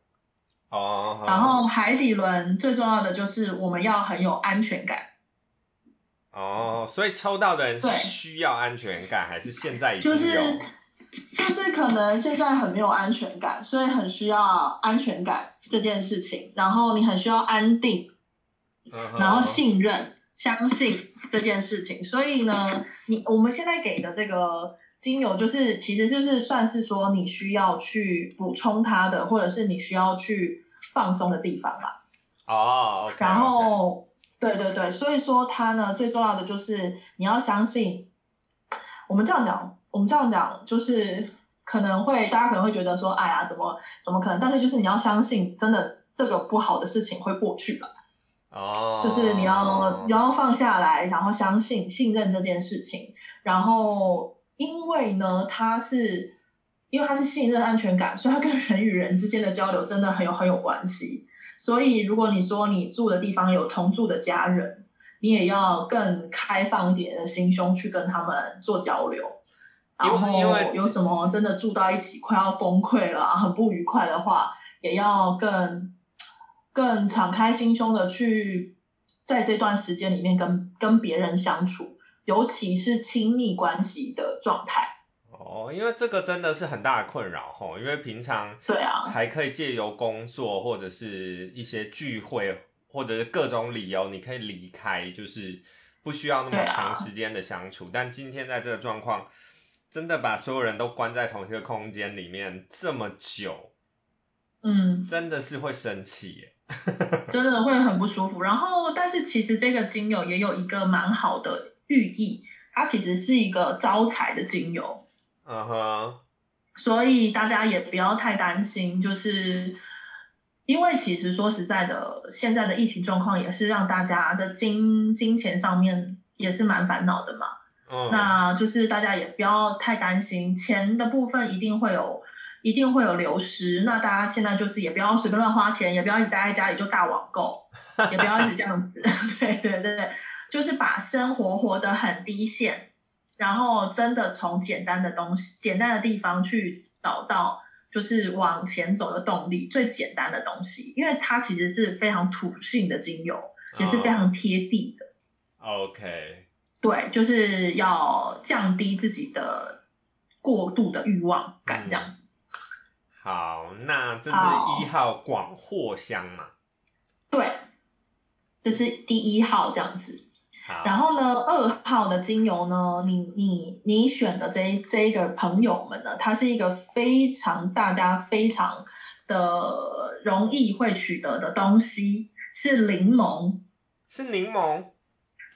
[SPEAKER 2] 哦，
[SPEAKER 3] 然后海底轮最重要的就是我们要很有安全感，
[SPEAKER 2] 哦，所以抽到的人是
[SPEAKER 3] 对
[SPEAKER 2] 需要安全感，还是现在已经有？
[SPEAKER 3] 就是就是可能现在很没有安全感，所以很需要安全感这件事情。然后你很需要安定，
[SPEAKER 2] 嗯哼
[SPEAKER 3] 然后信任、相信这件事情。所以呢，你我们现在给的这个精油，就是其实就是算是说你需要去补充它的，或者是你需要去放松的地方啦。
[SPEAKER 2] 哦，OK，
[SPEAKER 3] 然后，对对对，所以说它呢，最重要的就是你要相信。我们这样讲，我们这样讲就是可能会大家可能会觉得说，哎呀，怎么怎么可能？但是就是你要相信，真的这个不好的事情会过去了。
[SPEAKER 2] 哦，
[SPEAKER 3] 就是你要你要放下来，然后相信信任这件事情。然后因为呢，它是因为它是信任安全感，所以它跟人与人之间的交流真的很有很有关系。所以如果你说你住的地方有同住的家人，你也要更开放一点的心胸去跟他们做交流。
[SPEAKER 2] 因
[SPEAKER 3] 然
[SPEAKER 2] 为因为
[SPEAKER 3] 后有什么真的住到一起快要崩溃了、很不愉快的话，也要更更敞开心胸的去在这段时间里面跟跟别人相处，尤其是亲密关系的状态。
[SPEAKER 2] 哦，因为这个真的是很大的困扰吼，因为平常
[SPEAKER 3] 对啊
[SPEAKER 2] 还可以借由工作或者是一些聚会或者是各种理由，你可以离开，就是不需要那么
[SPEAKER 3] 对啊
[SPEAKER 2] 长时间的相处。但今天在这个状况，真的把所有人都关在同一个空间里面这么久，
[SPEAKER 3] 嗯，
[SPEAKER 2] 真的是会生气耶。
[SPEAKER 3] 真的会很不舒服。然后，但是其实这个精油也有一个蛮好的寓意，它其实是一个招财的精油。
[SPEAKER 2] 嗯哼，
[SPEAKER 3] 所以大家也不要太担心，就是因为其实说实在的，现在的疫情状况也是让大家的金金钱上面也是蛮烦恼的嘛。
[SPEAKER 2] 嗯，
[SPEAKER 3] 那就是大家也不要太担心，钱的部分一定会有。一定会有流失，那大家现在就是也不要随便乱花钱，也不要一直待在家里就大网购，也不要一直这样子， 对对对，就是把生活活得很低限，然后真的从简单的东西、简单的地方去找到就是往前走的动力，最简单的东西，因为它其实是非常土性的精油，也是非
[SPEAKER 2] 啊
[SPEAKER 3] 常贴地的。
[SPEAKER 2] 嗯 OK。
[SPEAKER 3] 对，就是要降低自己的过度的欲望感，这样子。
[SPEAKER 2] 好，那这是
[SPEAKER 3] 好
[SPEAKER 2] 一号广藿香嘛？
[SPEAKER 3] 对，这是第一号这样子。
[SPEAKER 2] 好，
[SPEAKER 3] 然后呢，二号的精油呢，你你你选的这一这一个朋友们呢，它是一个非常大家非常的容易会取得的东西，是柠檬。
[SPEAKER 2] 是柠檬，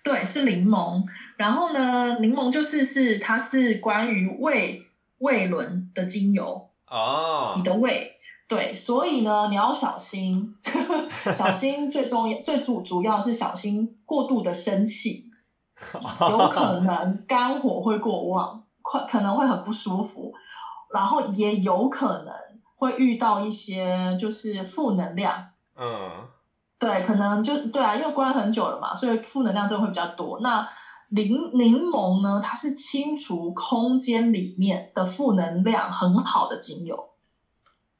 [SPEAKER 3] 对，是柠檬。然后呢，柠檬就是是它是关于胃胃轮的精油，
[SPEAKER 2] 哦
[SPEAKER 3] 你，的胃。对，所以呢，你要小心， 小心最重要最主主要是小心过度的生气，有可能肝火会过旺，快可能会很不舒服，然后也有可能会遇到一些就是负能量，
[SPEAKER 2] 嗯，
[SPEAKER 3] 对，可能就对啊，因为关很久了嘛，所以负能量真的会比较多。那柠柠檬呢，它是清除空间里面的负能量很好的精油。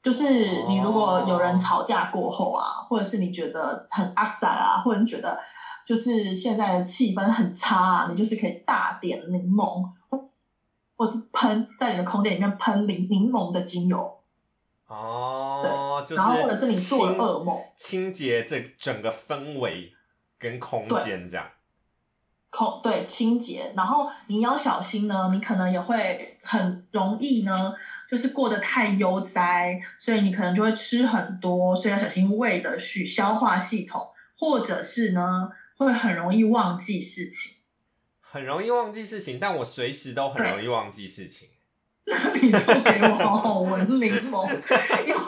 [SPEAKER 3] 就是你如果有人吵架过后啊，或者是你觉得很阿杂啊，或者你觉得就是现在的气氛很差啊，你就是可以大点柠檬，或是喷在你的空间里面喷柠柠檬的精油，
[SPEAKER 2] 哦，就是
[SPEAKER 3] 然后或者是你做了
[SPEAKER 2] 清
[SPEAKER 3] 噩梦，
[SPEAKER 2] 清洁这整个氛围跟空间这样。
[SPEAKER 3] 空对清洁，然后你要小心呢，你可能也会很容易呢，就是过得太悠哉，所以你可能就会吃很多，所以要小心胃的去消化系统，或者是呢会很容易忘记事情。
[SPEAKER 2] 很容易忘记事情，但我随时都很容易忘记事情。
[SPEAKER 3] 你就给我好好闻柠檬，因为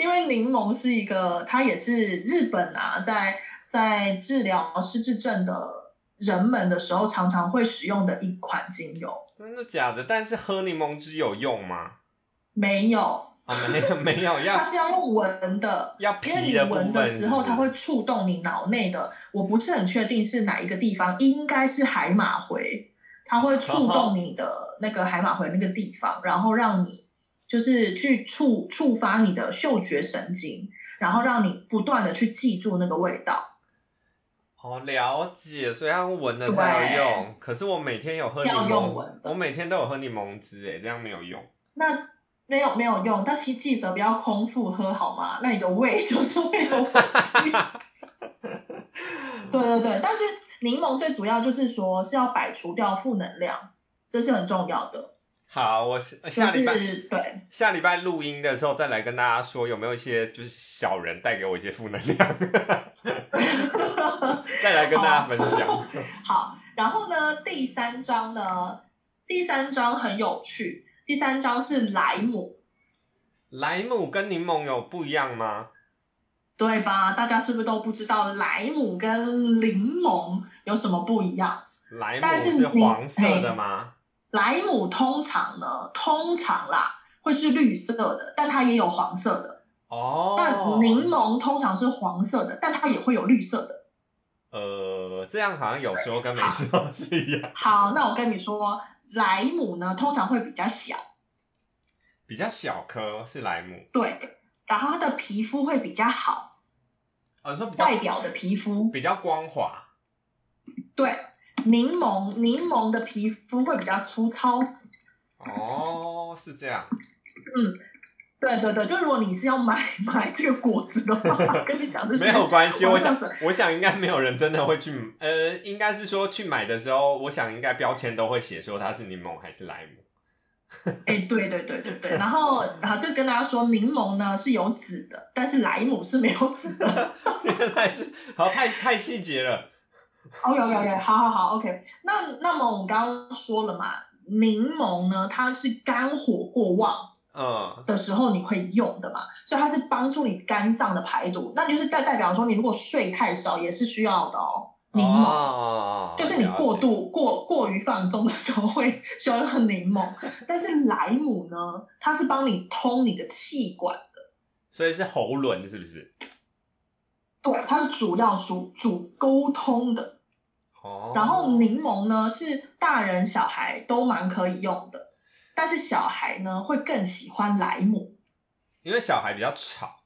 [SPEAKER 3] 因为柠檬是一个，它也是日本啊，在在治疗失智症的人们的时候常常会使用的一款精油。
[SPEAKER 2] 真的假的？但是喝柠檬汁有用吗？
[SPEAKER 3] 没有，
[SPEAKER 2] 啊，没有 没有，
[SPEAKER 3] 它
[SPEAKER 2] 要
[SPEAKER 3] 是要用闻的，
[SPEAKER 2] 要
[SPEAKER 3] 因为
[SPEAKER 2] 皮
[SPEAKER 3] 你
[SPEAKER 2] 的部分
[SPEAKER 3] 闻的时候，它会触动你脑内的，我不是很确定是哪一个地方，应该是海马回，它会触动你的那个海马回那个地方，然后让你就是去触触发你的嗅觉神经，然后让你不断的去记住那个味道。
[SPEAKER 2] 哦了解，所以它闻的
[SPEAKER 3] 对
[SPEAKER 2] 才有用。可是我每天有喝柠
[SPEAKER 3] 要用
[SPEAKER 2] 檬
[SPEAKER 3] 闻，的
[SPEAKER 2] 我每天都有喝柠檬汁，哎，这样没有用。
[SPEAKER 3] 那没有没有用，但其实记得不要空腹喝好吗？那你的胃就是会有 对对对，但是柠檬最主要就是说是要摆除掉负能量，这是很重要的。
[SPEAKER 2] 好，我是
[SPEAKER 3] 就
[SPEAKER 2] 下礼拜
[SPEAKER 3] 是对，
[SPEAKER 2] 下礼拜录音的时候再来跟大家说有没有一些就是小人带给我一些负能 量，再来跟大家分享。
[SPEAKER 3] 好。然后呢，第三章呢，第三章很有趣。第三章是莱姆，
[SPEAKER 2] 莱姆跟柠檬有不一样吗？
[SPEAKER 3] 对吧？大家是不是都不知道莱姆跟柠檬有什么不一样？
[SPEAKER 2] 莱
[SPEAKER 3] 但
[SPEAKER 2] 姆
[SPEAKER 3] 是
[SPEAKER 2] 是
[SPEAKER 3] 你
[SPEAKER 2] 黄色的吗？
[SPEAKER 3] 莱姆通常呢，通常啦会是绿色的，但它也有黄色的。
[SPEAKER 2] 哦，
[SPEAKER 3] 那哎啊柠檬通常是黄色的，但它也会有绿色的。
[SPEAKER 2] 呃，这样好像有说跟没说是一样，
[SPEAKER 3] 好，那我跟你说，莱姆呢通常会比较小，
[SPEAKER 2] 比较小颗是莱姆，
[SPEAKER 3] 对，然后它的皮肤会比较好，
[SPEAKER 2] 哦，你说比较
[SPEAKER 3] 外表的皮肤，
[SPEAKER 2] 比较光滑，
[SPEAKER 3] 对，柠檬柠檬的皮肤会比较粗糙，
[SPEAKER 2] 哦，是这样，
[SPEAKER 3] 对对对，就如果你是要买 买这个果子的话，跟你讲 这是
[SPEAKER 2] 没有关系，我
[SPEAKER 3] 这
[SPEAKER 2] 想
[SPEAKER 3] 样子
[SPEAKER 2] 我想应该没有人真的会去，呃，应该是说去买的时候，我想应该标签都会写说它是柠檬还是莱姆，
[SPEAKER 3] 哎，对对对对对，然后然后就跟大家说，柠檬呢是有籽的，但是莱姆是没有籽的。
[SPEAKER 2] 原来是，好太太细节了，
[SPEAKER 3] 哦，有有有，好好好，OK 那。那么我们刚刚说了嘛，柠檬呢，它是肝火过旺
[SPEAKER 2] 嗯，
[SPEAKER 3] 的时候你会用的嘛，所以它是帮助你肝脏的排毒。那就是代代表说，你如果睡太少也是需要的哦。柠檬、
[SPEAKER 2] 哦
[SPEAKER 3] 就是你过，度过过于放纵的时候会 需要用柠檬，但是莱姆呢，它是帮你通你的气管。
[SPEAKER 2] 所以是喉轮是不是？
[SPEAKER 3] 对，它是主要主主沟通的，
[SPEAKER 2] 哦，
[SPEAKER 3] 然后柠檬呢是大人小孩都蛮可以用的，但是小孩呢会更喜欢莱姆，
[SPEAKER 2] 因为小孩比较吵，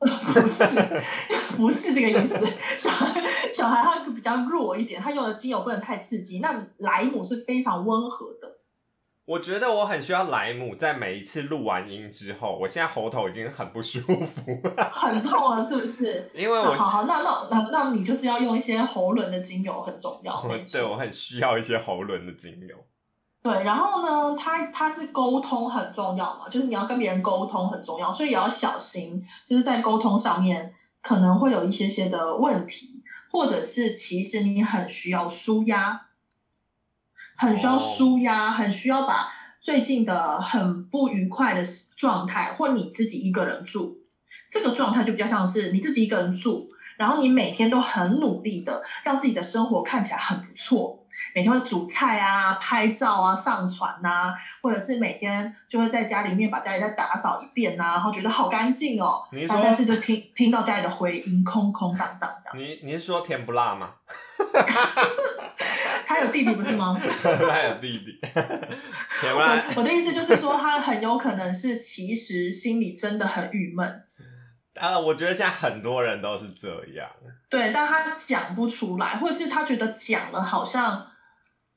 [SPEAKER 3] 不是 不是这个意思，小孩小孩他比较弱一点，他用的精油不能太刺激，那莱姆是非常温和的，
[SPEAKER 2] 我觉得我很需要莱姆，在每一次录完音之后，我现在喉头已经很不舒服，
[SPEAKER 3] 很痛了，是不是？
[SPEAKER 2] 因为
[SPEAKER 3] 好
[SPEAKER 2] 我
[SPEAKER 3] 好好，那那那那你就是要用一些喉轮的精油，很重要。
[SPEAKER 2] 我
[SPEAKER 3] 没错
[SPEAKER 2] 对我很需要一些喉轮的精油。
[SPEAKER 3] 对，然后呢，它它是沟通很重要嘛，就是你要跟别人沟通很重要，所以也要小心，就是在沟通上面可能会有一些些的问题，或者是其实你很需要舒压，很需要舒压，很需要把最近的很不愉快的状态，或你自己一个人住，这个状态就比较像是你自己一个人住，然后你每天都很努力的让自己的生活看起来很不错，每天会煮菜啊、拍照啊、上传呐、或者是每天就会在家里面把家里再打扫一遍啊呐、然后觉得好干净哦。
[SPEAKER 2] 你说
[SPEAKER 3] 但但是就听听到家里的回音，空空荡荡这样。
[SPEAKER 2] 你你是说甜不辣吗？
[SPEAKER 3] 他有弟弟不 是吗？
[SPEAKER 2] 还有弟弟，甜不辣
[SPEAKER 3] 我我的意思就是说，他很有可能是其实心里真的很郁闷，
[SPEAKER 2] 啊，我觉得现在很多人都是这样。
[SPEAKER 3] 对，但他讲不出来，或者是他觉得讲了好像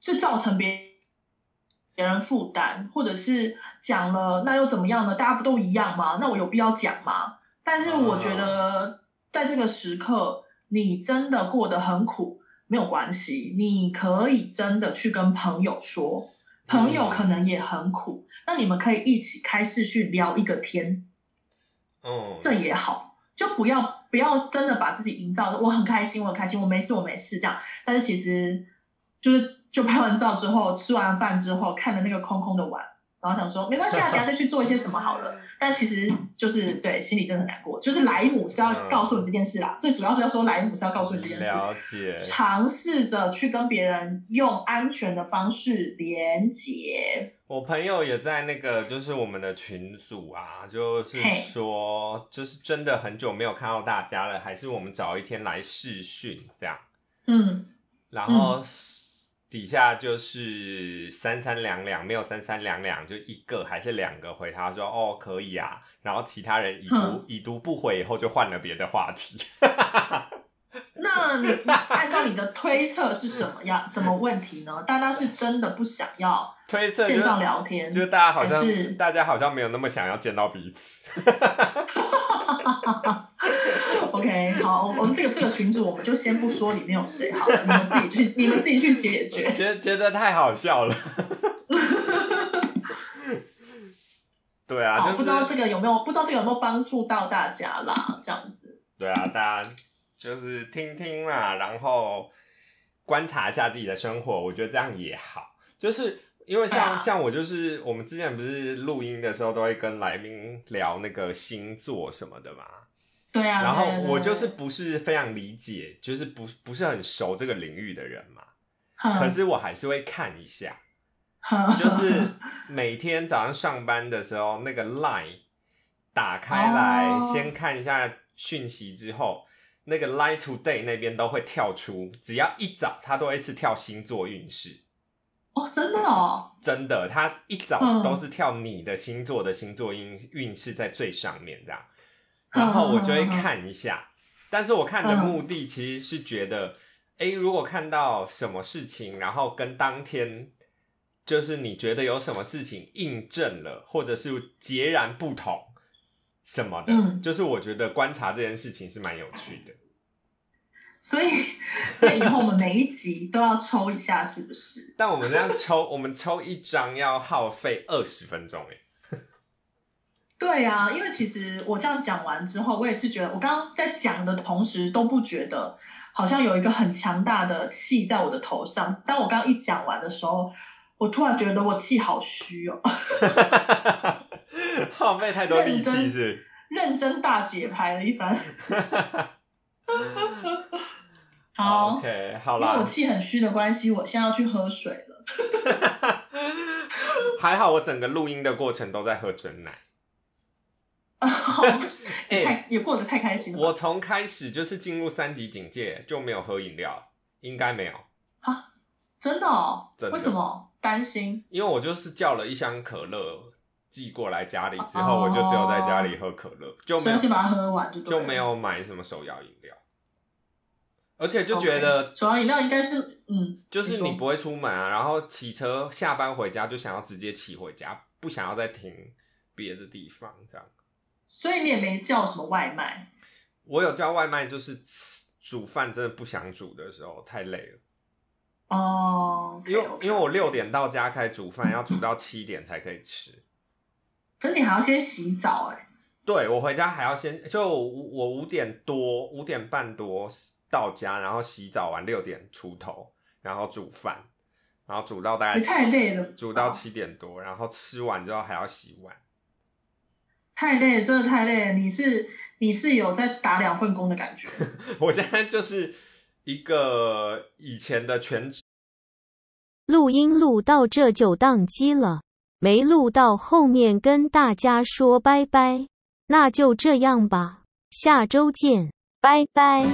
[SPEAKER 3] 是造成别别人负担，或者是讲了那又怎么样呢？大家不都一样吗？那我有必要讲吗？但是我觉得在这个时刻，你真的过得很苦，没有关系，你可以真的去跟朋友说，朋
[SPEAKER 2] 嗯
[SPEAKER 3] 友可能也很苦，那你们可以一起开视讯聊一个天，
[SPEAKER 2] 嗯，
[SPEAKER 3] 这也好，就不要不要真的把自己营造的我很开心，我很开心，我没事，我没事这样。但是其实就是就拍完照之后，吃完饭之后，看着那个空空的碗，然后想说没关系啊，等一下再去做一些什么好了。但其实就是对心里真的很难过，就是莱姆是要告诉你这件事啦，最主要是要说莱姆是要告诉你这件
[SPEAKER 2] 嗯
[SPEAKER 3] 事。
[SPEAKER 2] 了解。
[SPEAKER 3] 尝试着去跟别人用安全的方式连接，
[SPEAKER 2] 我朋友也在那个，就是我们的群组啊，就是
[SPEAKER 3] 嘿
[SPEAKER 2] 说，就是真的很久没有看到大家了，还是我们找一天来试训这样。
[SPEAKER 3] 嗯，
[SPEAKER 2] 然后底下就是三三两两，没有三三两两，就一个还是两个回他说哦可以啊，然后其他人已读、
[SPEAKER 3] 嗯
[SPEAKER 2] 已读不回以后就换了别的话题。
[SPEAKER 3] 那你按照你的推测是什么样？什么问题呢？大家是真的不想要
[SPEAKER 2] 推测就
[SPEAKER 3] 线
[SPEAKER 2] 是
[SPEAKER 3] 上聊天，
[SPEAKER 2] 就大家好像
[SPEAKER 3] 还是
[SPEAKER 2] 大家好像没有那么想要见到彼 此。
[SPEAKER 3] OK，好，我们这个这个群组我们就先不说里面有谁好了，你们自己去，你们自己去解决。
[SPEAKER 2] 觉得觉得太好笑了。对啊，
[SPEAKER 3] 好，
[SPEAKER 2] 就
[SPEAKER 3] 不
[SPEAKER 2] 是
[SPEAKER 3] 知道这个有没有，不知道这个有没有帮助到大家啦，这样子。
[SPEAKER 2] 对啊，大家就是听听啦，然后观察一下自己的生活，我觉得这样也好。就是因为像、
[SPEAKER 3] 对啊
[SPEAKER 2] 像我就是我们之前不是录音的时候都会跟来宾聊那个星座什么的嘛，
[SPEAKER 3] 对
[SPEAKER 2] 然
[SPEAKER 3] 啊，对啊
[SPEAKER 2] 后
[SPEAKER 3] 对啊
[SPEAKER 2] 我就是不是非常理解，就是不不是很熟这个领域的人嘛，
[SPEAKER 3] 嗯
[SPEAKER 2] 可是我还是会看一下。
[SPEAKER 3] 哼
[SPEAKER 2] 就是每天早上上班的时候，那个 Line 打开来，
[SPEAKER 3] 哦
[SPEAKER 2] 先看一下讯息之后，那个 Line Today 那边都会跳出，只要一早它都会是跳星座运势，
[SPEAKER 3] 哦，真的哦，
[SPEAKER 2] 真的，它一早
[SPEAKER 3] 嗯
[SPEAKER 2] 都是跳你的星座的星座运运势在最上面这样，然后我就会看一下，但是我看的目的其实是觉得，诶，如果看到什么事情，然后跟当天就是你觉得有什么事情印证了，或者是截然不同什么的，
[SPEAKER 3] 嗯
[SPEAKER 2] 就是我觉得观察这件事情是蛮有趣的。
[SPEAKER 3] 所以所以以后我们每一集都要抽一下，是不是？
[SPEAKER 2] 但我们这样抽，我们抽一张要耗费二十分钟，诶，
[SPEAKER 3] 对啊，因为其实我这样讲完之后，我也是觉得，我刚刚在讲的同时都不觉得好像有一个很强大的气在我的头上。当我刚刚一讲完的时候，我突然觉得我气好虚哦，
[SPEAKER 2] 耗费太多力
[SPEAKER 3] 认
[SPEAKER 2] 气
[SPEAKER 3] 真
[SPEAKER 2] 是
[SPEAKER 3] 认真大解牌了 一番。
[SPEAKER 2] 不是。
[SPEAKER 3] 好
[SPEAKER 2] OK，好
[SPEAKER 3] 因为我
[SPEAKER 2] 啦，
[SPEAKER 3] 气很虚的关系，我现在要去喝水了。
[SPEAKER 2] 还好我整个录音的过程都在喝真奶。哎
[SPEAKER 3] 太也过得太开心了吧。
[SPEAKER 2] 我从开始就是进入三级警戒就没有喝饮料，应该没有，
[SPEAKER 3] 真的哦，
[SPEAKER 2] 真的
[SPEAKER 3] 为什么担心？
[SPEAKER 2] 因为我就是叫了一箱可乐寄过来家里之后，我就只有在家里喝可乐，就
[SPEAKER 3] 哦所
[SPEAKER 2] 没
[SPEAKER 3] 以要
[SPEAKER 2] 有
[SPEAKER 3] 先把它喝完就对
[SPEAKER 2] 就
[SPEAKER 3] 了
[SPEAKER 2] 没有买什么手摇饮料。而且就觉得
[SPEAKER 3] OK，主要饮料应该是嗯，
[SPEAKER 2] 就是
[SPEAKER 3] 你
[SPEAKER 2] 你
[SPEAKER 3] 说
[SPEAKER 2] 不会出门啊，然后骑车下班回家就想要直接骑回家，不想要再停别的地方这样。
[SPEAKER 3] 所以你也没叫什么外卖。
[SPEAKER 2] 我有叫外卖，就是吃煮饭真的不想煮的时候太累 了，
[SPEAKER 3] 哦，
[SPEAKER 2] 因为
[SPEAKER 3] OK，OK
[SPEAKER 2] 因为我六点到家开始煮饭，要煮到七点才可以吃。
[SPEAKER 3] 可是你还要先洗澡哎、
[SPEAKER 2] 对我回家还要先，就我我五点多五点半多到家，然后洗澡完六点出头，然后煮饭，然后煮到大概
[SPEAKER 3] 也太累了吧
[SPEAKER 2] 煮到七点多，然后吃完之后还要洗碗。
[SPEAKER 3] 太累了，真的太累了。你是你是有在打两份工的感觉，
[SPEAKER 2] 我现在就是一个以前的全职，
[SPEAKER 4] 录音录到这就宕机了，没录到后面跟大家说拜拜，那就这样吧，下周见，拜拜。